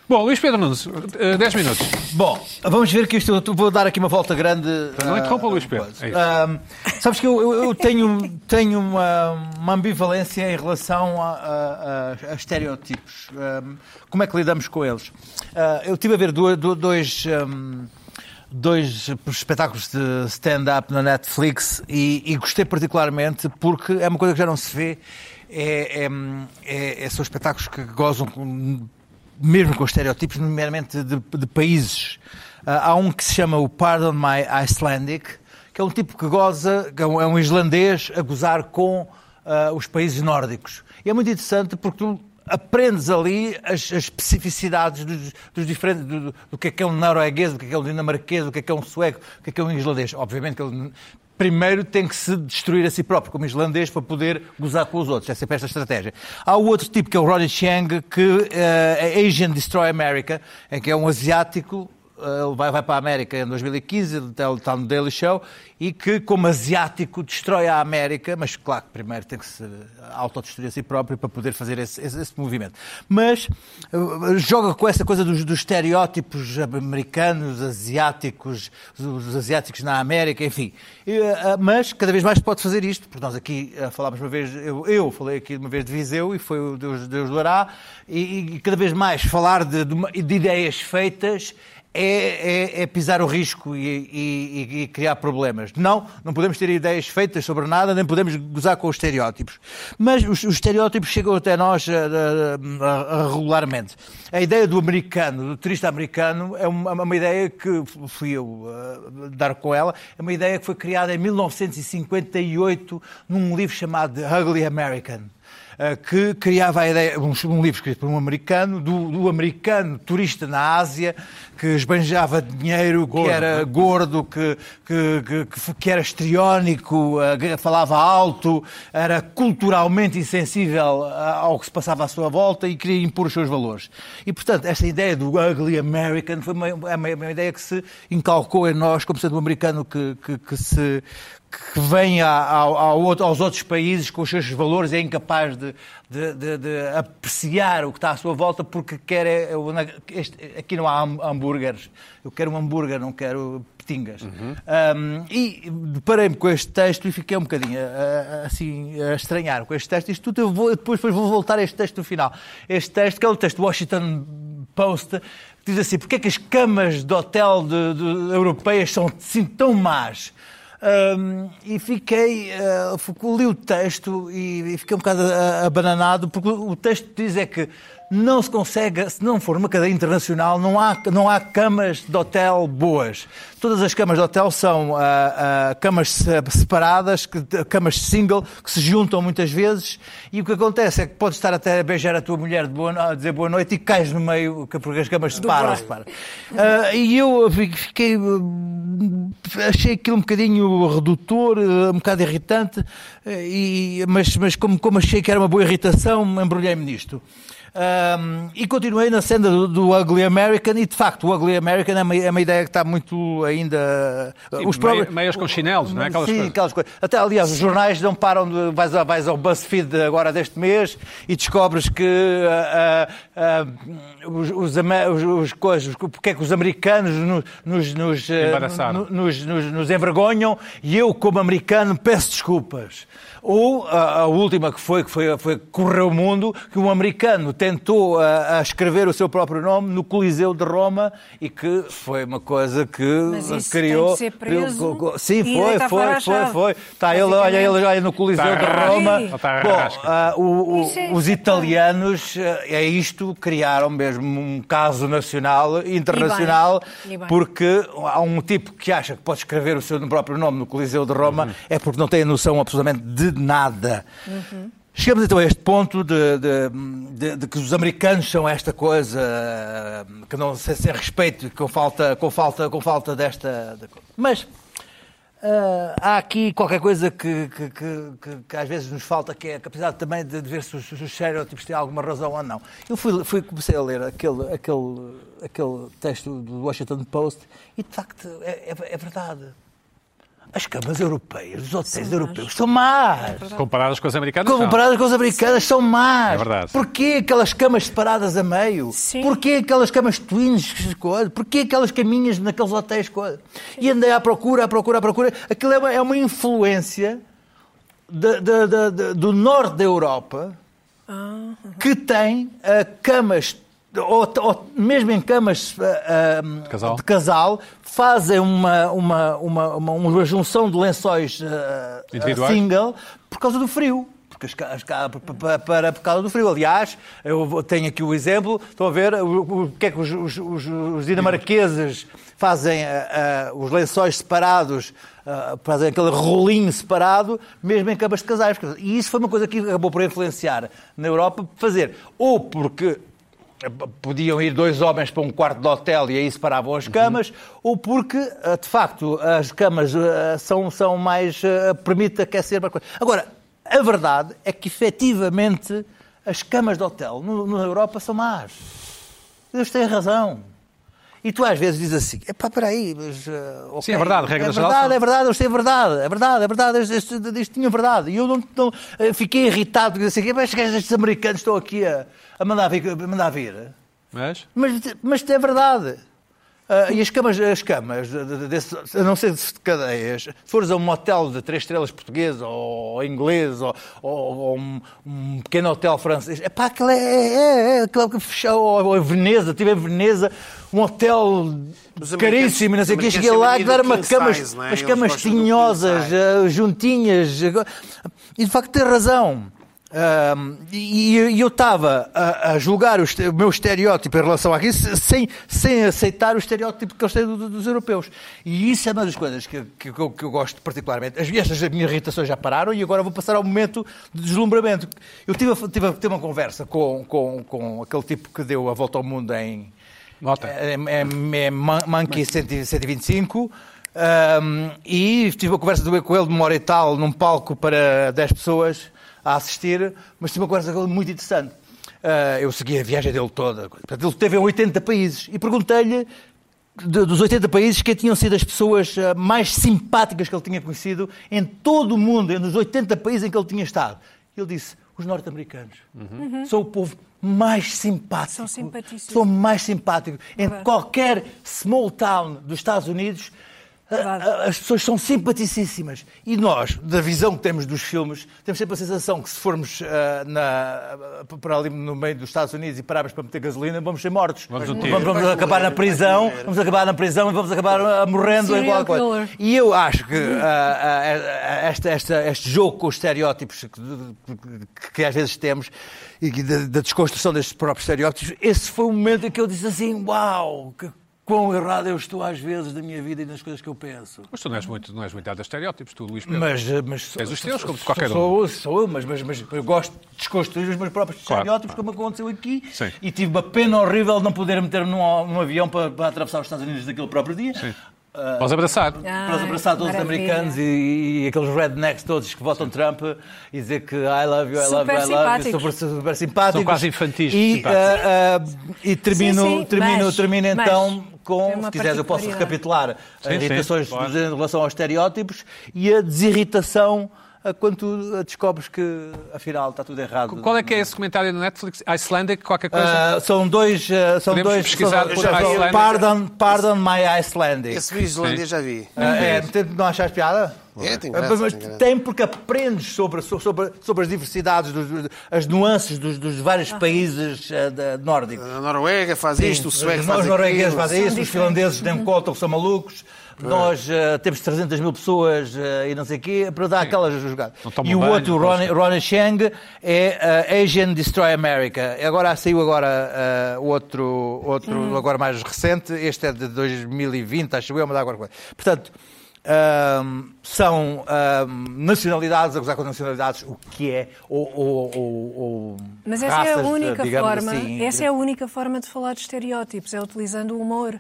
Bom, Luís Pedro Nunes, eh, 10 minutos. Bom, vamos ver que isto. eu Vou dar aqui uma volta grande. Não ah, interrompa o Luís Pedro. coisa. É isso. Ah, sabes que eu, eu- eu tenho, tenho uma, uma ambivalência em relação a, a- a- a estereótipos. Ah, como é que lidamos com eles? Ah, eu tive a ver do- do- dois, ahm, dois espetáculos de stand-up na Netflix e, e gostei particularmente porque é uma coisa que já não se vê. É, é, é- é- são espetáculos que gozam com- mesmo com estereótipos, nomeadamente de, de países. Ah, há um que se chama o Pardon My Icelandic, que é um tipo que goza, que é um, é um islandês a gozar com ah, os países nórdicos. E é muito interessante porque tu aprendes ali as, as especificidades dos, dos diferentes, do, do- do que é que é um norueguês, do que é que é um dinamarquês, do que é que é um sueco, do que é que é um islandês. Obviamente que ele primeiro tem que se destruir a si próprio, como islandês, para poder gozar com os outros. É sempre esta estratégia. Há o outro tipo, que é o Ronnie Chang, que eh, é Asian Destroy America, em que é um asiático ele vai, vai para a América em 2015, ele está no Daily Show, e que, como asiático, destrói a América, mas claro que primeiro tem que se autodestruir a si próprio para poder fazer esse, esse- esse movimento. Mas eh, joga com essa coisa dos, dos estereótipos americanos, asiáticos, os asiáticos na América, enfim. Eh, eh, Mas cada vez mais se pode fazer isto, porque nós aqui eh, falámos uma vez, eu, eu falei aqui uma vez de Viseu e foi o Deus, Deus do Ará, e, e cada vez mais falar de- de uma- de ideias feitas é, é- é pisar o risco e, e- e criar problemas. Não, não podemos ter ideias feitas sobre nada, nem podemos gozar com os estereótipos. Mas os, os estereótipos chegam até nós eh, eh, eh, regularmente. A ideia do americano, do turista americano, é uma, uma ideia que fui eu eh, dar com ela, é uma ideia que foi criada em 1958 num livro chamado The Ugly American eh, que criava a ideia, um, um livro escrito por um americano, do, do americano turista na Ásia, que esbanjava dinheiro, que era gordo, que, que, que- que f- que era estriónico, eh, que falava alto, era culturalmente insensível ah, ao que se passava à sua volta e queria impor os seus valores. E, portanto, esta ideia do ugly American foi uma, é uma, uma ideia que se incalcou em nós como sendo um americano que- que- que se que vem a- ao- ao outro- aos outros países com os seus valores é incapaz de, de- de- de apreciar o que está à sua volta porque quer é- é o- na- este- aqui não há ham- hambúrgueres eu quero um hambúrguer não quero petingas Ahm, e deparei-me com este texto e fiquei um bocadinho ah, ah, assim a estranhar com este texto isto tudo eu vou, depois, depois vou voltar a este texto no final este texto que é o texto do Washington Post que diz assim: porque é que as camas de hotel de- de- europeias são assim tão más? Hum, e fiquei, ah, fico- li o texto e, e fiquei um bocado ah, abananado, porque o o texto diz é que não se consegue, se não for uma cadeia internacional, não há, não há camas de hotel boas. Todas as camas de hotel são ah, ah, camas se- separadas, que- camas single, que se juntam muitas vezes, e o que acontece é que podes estar até a beijar a tua mulher de boa, no- a dizer boa noite e cais no meio, que- porque as camas separam-se. pá. Ah, e eu fi- fiquei. hum, Achei aquilo um bocadinho redutor, eh, um bocado irritante, eh, e, mas, mas como, como achei que era uma boa irritação, embrulhei-me nisto. Um, e continuei na senda do, do Ugly American, e de facto, o Ugly American é uma, é uma ideia que está muito ainda. Sim, meia- meias com chinelos, não é? Aquelas Sim, coisas. aquelas coisas. Até, aliás, os jornais não param de. Vais, a- vais ao BuzzFeed agora deste mês e descobres que. ah, ah, ah, os, os, ama- os, os coisas, porque é que os americanos no- nos, nos, ah, Embaraçaram. no- nos, nos, nos envergonham e eu, como americano, peço desculpas. Ou a, a última que foi, que foi, foi que correu o mundo, que um americano tentou ah, a, a escrever o seu próprio nome no Coliseu de Roma e que foi uma coisa que Mas isso criou. tem que ser preso criou- co- co- sim, e foi, deitar fora foi, a foi, chave. é foi. Está ele, olha, ele olha no Coliseu Está de a Roma. rasca. Está a Bom, rasca. ah, o- o- Isso é- os italianos, ah, é isto, criaram mesmo um caso nacional, internacional, E bem. E bem. porque porque há um tipo que acha que pode escrever o seu próprio nome no Coliseu de Roma, é porque não tem noção absolutamente de nada. Chegamos então a este ponto de, de- de- de que os americanos são esta coisa hum, que não sei sem respeito, com falta, com falta, com falta desta. de- Mas ah, há aqui qualquer coisa que, que- que- que- que às vezes nos falta, que é a capacidade também de, de ver se os, se os estereótipos têm alguma razão ou não. Eu fui, fui- comecei a ler aquele, aquele, aquele texto do Washington Post e, de facto, é, é- é verdade. As camas europeias, os hotéis europeus são más. Comparadas com as americanas, não. Comparadas com as americanas, são más. Então. É verdade. Porquê aquelas camas separadas a meio? Sim. Porquê aquelas camas twins? coisa? Porquê aquelas caminhas naqueles hotéis? coisa? E andei à procura, à procura, à procura. Aquilo é uma, é uma influência da- da- da- da- do norte da Europa que tem ah, camas, ou, ou mesmo em camas ah, ah, Casal. de casal, fazem uma, uma, uma, uma, uma junção de lençóis ah, ah, Individuais? single por causa do frio. Porque as ca- as ca- pa- pa- para, por causa do frio. Aliás, eu vou- tenho aqui o exemplo. Estão a ver o, o que é que os, os- os- os dinamarqueses fazem ah, ah, os lençóis separados, ah, fazem aquele rolinho separado, mesmo em camas de casais. E isso foi uma coisa que acabou por influenciar na Europa fazer. Ou porque podiam ir dois homens para um quarto de hotel e aí separavam as camas, Uhum. ou porque, eh, de facto, as camas eh, são, são mais. eh, permite aquecer mais coisa. Agora, a verdade é que, efetivamente, as camas de hotel no- na Europa são más. Eles têm razão. E tu às vezes dizes assim, epá, peraí, mas... ah, ok, Sim, é verdade, regra é geral verdade, são- é verdade, eles têm verdade, é verdade, é verdade, eles, eles, eles tinham verdade. E eu não, não- eh, fiquei irritado, porque assim, mas estes americanos estão aqui a, a mandar vir... A mandar vir. Mas, Mas, mas é verdade. Ah, e as camas, as camas de- de- desse- a não ser de cadeias, se fores a um hotel de três estrelas português ou inglês ou, ou- ou um, um pequeno hotel francês, é pá, aquilo é, é, é aquilo que fechou, ou, ou em Veneza, estive em Veneza, um hotel Os americanos- caríssimo, e não sei o que, os americanos cheguei lá e têm mania do deram uma king camas, size, não é? umas Eles camas gostam do king tinhosas, size. eh, juntinhas. agora- E de facto tem razão. Ahm, e, e eu estava a, a julgar o, este- o meu estereótipo em relação àquilo se- sem, sem aceitar o estereótipo que eles têm do- do- dos europeus. E isso é uma das coisas que, que- que eu, que eu gosto particularmente. As, estas minhas irritações já pararam e agora vou passar ao momento de deslumbramento. Eu tive, a- tive, a- tive uma conversa com, com, com aquele tipo que deu a volta ao mundo em, Mota. é, é, é Man- Monkey 100 125. ahm, e tive uma conversa do- com ele de uma hora e tal num palco para 10 pessoas a assistir, mas tive uma conversa com ele muito interessante. Ah, eu segui a viagem dele toda. Portanto, ele esteve em 80 países e perguntei-lhe de- dos 80 países que tinham sido as pessoas ah, mais simpáticas que ele tinha conhecido em todo o mundo, em dos 80 países em que ele tinha estado. Ele disse: os norte-americanos são o povo mais simpático. Uhum. São simpaticíssimos. São mais simpático. Em Verdade. qualquer small town dos Estados Unidos, a- Verdade. a- as pessoas são simpaticíssimas. E nós, da visão que temos dos filmes, temos sempre a sensação que se formos ah, na- p- para ali no meio dos Estados Unidos e pararmos para meter gasolina, vamos ser mortos. Vamos vamos, ter. vamos Vai acabar morrer, vai na prisão, morrer. vamos acabar na prisão e vamos acabar ah, morrendo em Serial qualquer coisa. killer. E eu acho que ah, ah, ah, esta- esta- este jogo com os estereótipos que, que- que às vezes temos e que da, da desconstrução destes próprios estereótipos, esse foi o momento em que eu disse assim: Uau, que, quão errado eu estou às vezes na minha vida e nas coisas que eu penso. mas tu não és muito, não és muito dado a estereótipos, tu, Luís Pedro. Mas, eh, mas sou- Tens os teus, como sou- qualquer um. Sou, sou eu, mas, mas, mas eu gosto de desconstruir os meus próprios Claro, estereótipos, como aconteceu aqui. Sim. E tive uma pena horrível de não poder meter-me num, num avião para, para atravessar os Estados Unidos daquele próprio dia. eh, Podes abraçar. para os abraçar todos os Ah, maravilha. americanos e, e aqueles rednecks todos que votam Trump e dizer que I love you, I love Super you, I love you, simpáticos. super, super simpáticos. São quase infantis, E, simpáticos. ah, ah, e termino, Sim, sim, termino, mas- termino mas então tem com, uma se quiseres eu posso particularidade. recapitular as Sim, sim, irritações claro. dos- em relação aos estereótipos e a desirritação ah, quando tu ah, descobres que afinal está tudo errado. Qual é que é esse comentário na Netflix? Icelandic, qualquer Eh, coisa? Ah, são dois. ah, são Podemos dois pesquisar são- por são- Icelandic. pardon, pardon my Icelandic. Esse vídeo islandês já vi. Ah, é, não achaste piada? É, tem Mas, graça. mas tem graça. tem porque aprendes sobre, so- sobre, sobre as diversidades, dos- dos- as nuances dos, dos vários países eh, da- nórdicos. A Noruega faz isto, o sueco Os faz aquilo. noruegueses fazem isso, os diferentes. finlandeses nem me contam que são malucos. Nós eh, temos 300 mil pessoas eh, e não sei o quê para dar aquelas jogadas. Não tomam E o banho, outro, o não Ronnie, Ronnie Chang, é eh, Asian Destroy America. Agora saiu agora eh, outro, outro agora mais recente. Este é de 2020, acho eu, mas agora coisa. Portanto, ahm, são ahm, nacionalidades, acusar com nacionalidades, o que é, ou, ou, ou- ou Mas essa é raças, a única digamos forma, assim. essa é a única forma de falar de estereótipos, é utilizando o humor.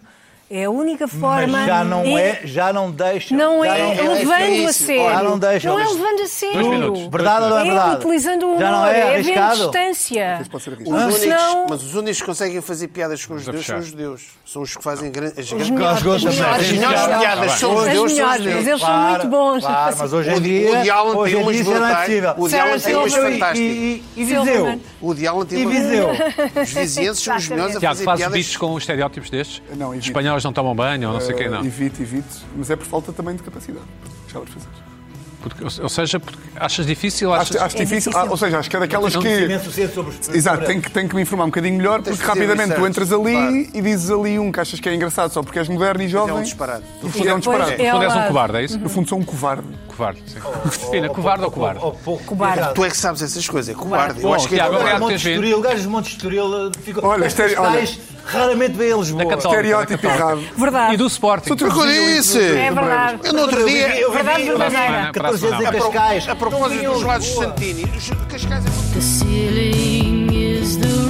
É a única forma. Mas já não e- é, já não deixa. Não já é não deixa. levando é a isso. sério. Ah, não deixa. é Dois- levando a minutos. sério. Verdade ou não é verdade? É utilizando o humor, já não é é havendo arriscado. distância. Depois pode ser arriscado. Os únicos- senão- Mas os únicos que conseguem fazer piadas com os Vamos judeus são fechar. os judeus. São os que fazem grandes. As Os grandes- melhores gols melhores- também. As Sim, melhores sim. piadas Ah, são bem. os As judeus. são melhores, os judeus. mas eles são Claro, muito bons. Claro, mas hoje O em Di- dia. o Di Allen hoje tem em umas dia isso não é brutais. O possível. Di Allen tem umas Silverman e- fantásticas. E, e Viseu. Silverman. O Diallo tem E uma- Viseu. Os vizinhos são os melhores a Tiago, fazer faz piadas. bichos com estereótipos destes? eh, Não, Eh, Os evito. espanhóis não tomam banho ou não sei quem, não. Ah, Evite, evite. Mas é por falta também de capacidade. Já vais fazer. Porque- ou ou seja, porque achas difícil, achas... Acho, acho difícil, ah, ou seja, acho que é daquelas Não que. Imenso cedo sobre os- Exato, sobre- tenho que, tenho que me informar um bocadinho melhor, Tens porque de fazer rapidamente tu research, entras ali claro. e dizes ali um que achas que é engraçado só porque és moderno e jovem. disparate. No fundo é um Depois disparate. é- Quando és um Ela- cobarde, é isso? No fundo sou um covarde. Covarde, sim. Oh, Cristina, covarde ou cobarde? Ou pouco. Tu é que sabes essas coisas, é covarde. Eu oh, Bom, acho que é Tiago, covarde. obrigado. Monte teres vindo. Estoril, gajos de Monte Estoril eh, ficam. Olha, Estes estere- olha. tais Raramente vêm a Lisboa. oh, Da Católica, Estereótipo da Católica. errado. Verdade. E do Sporting. oh, Sou tu que Eu disse! É verdade. Eu no outro Eu dia. vivi- eu vivi Verdade é, verdadeira. 14 anos em A pro- Cascais. Então, A propósito dos lados de Santini, os Cascais é muito The ceiling is the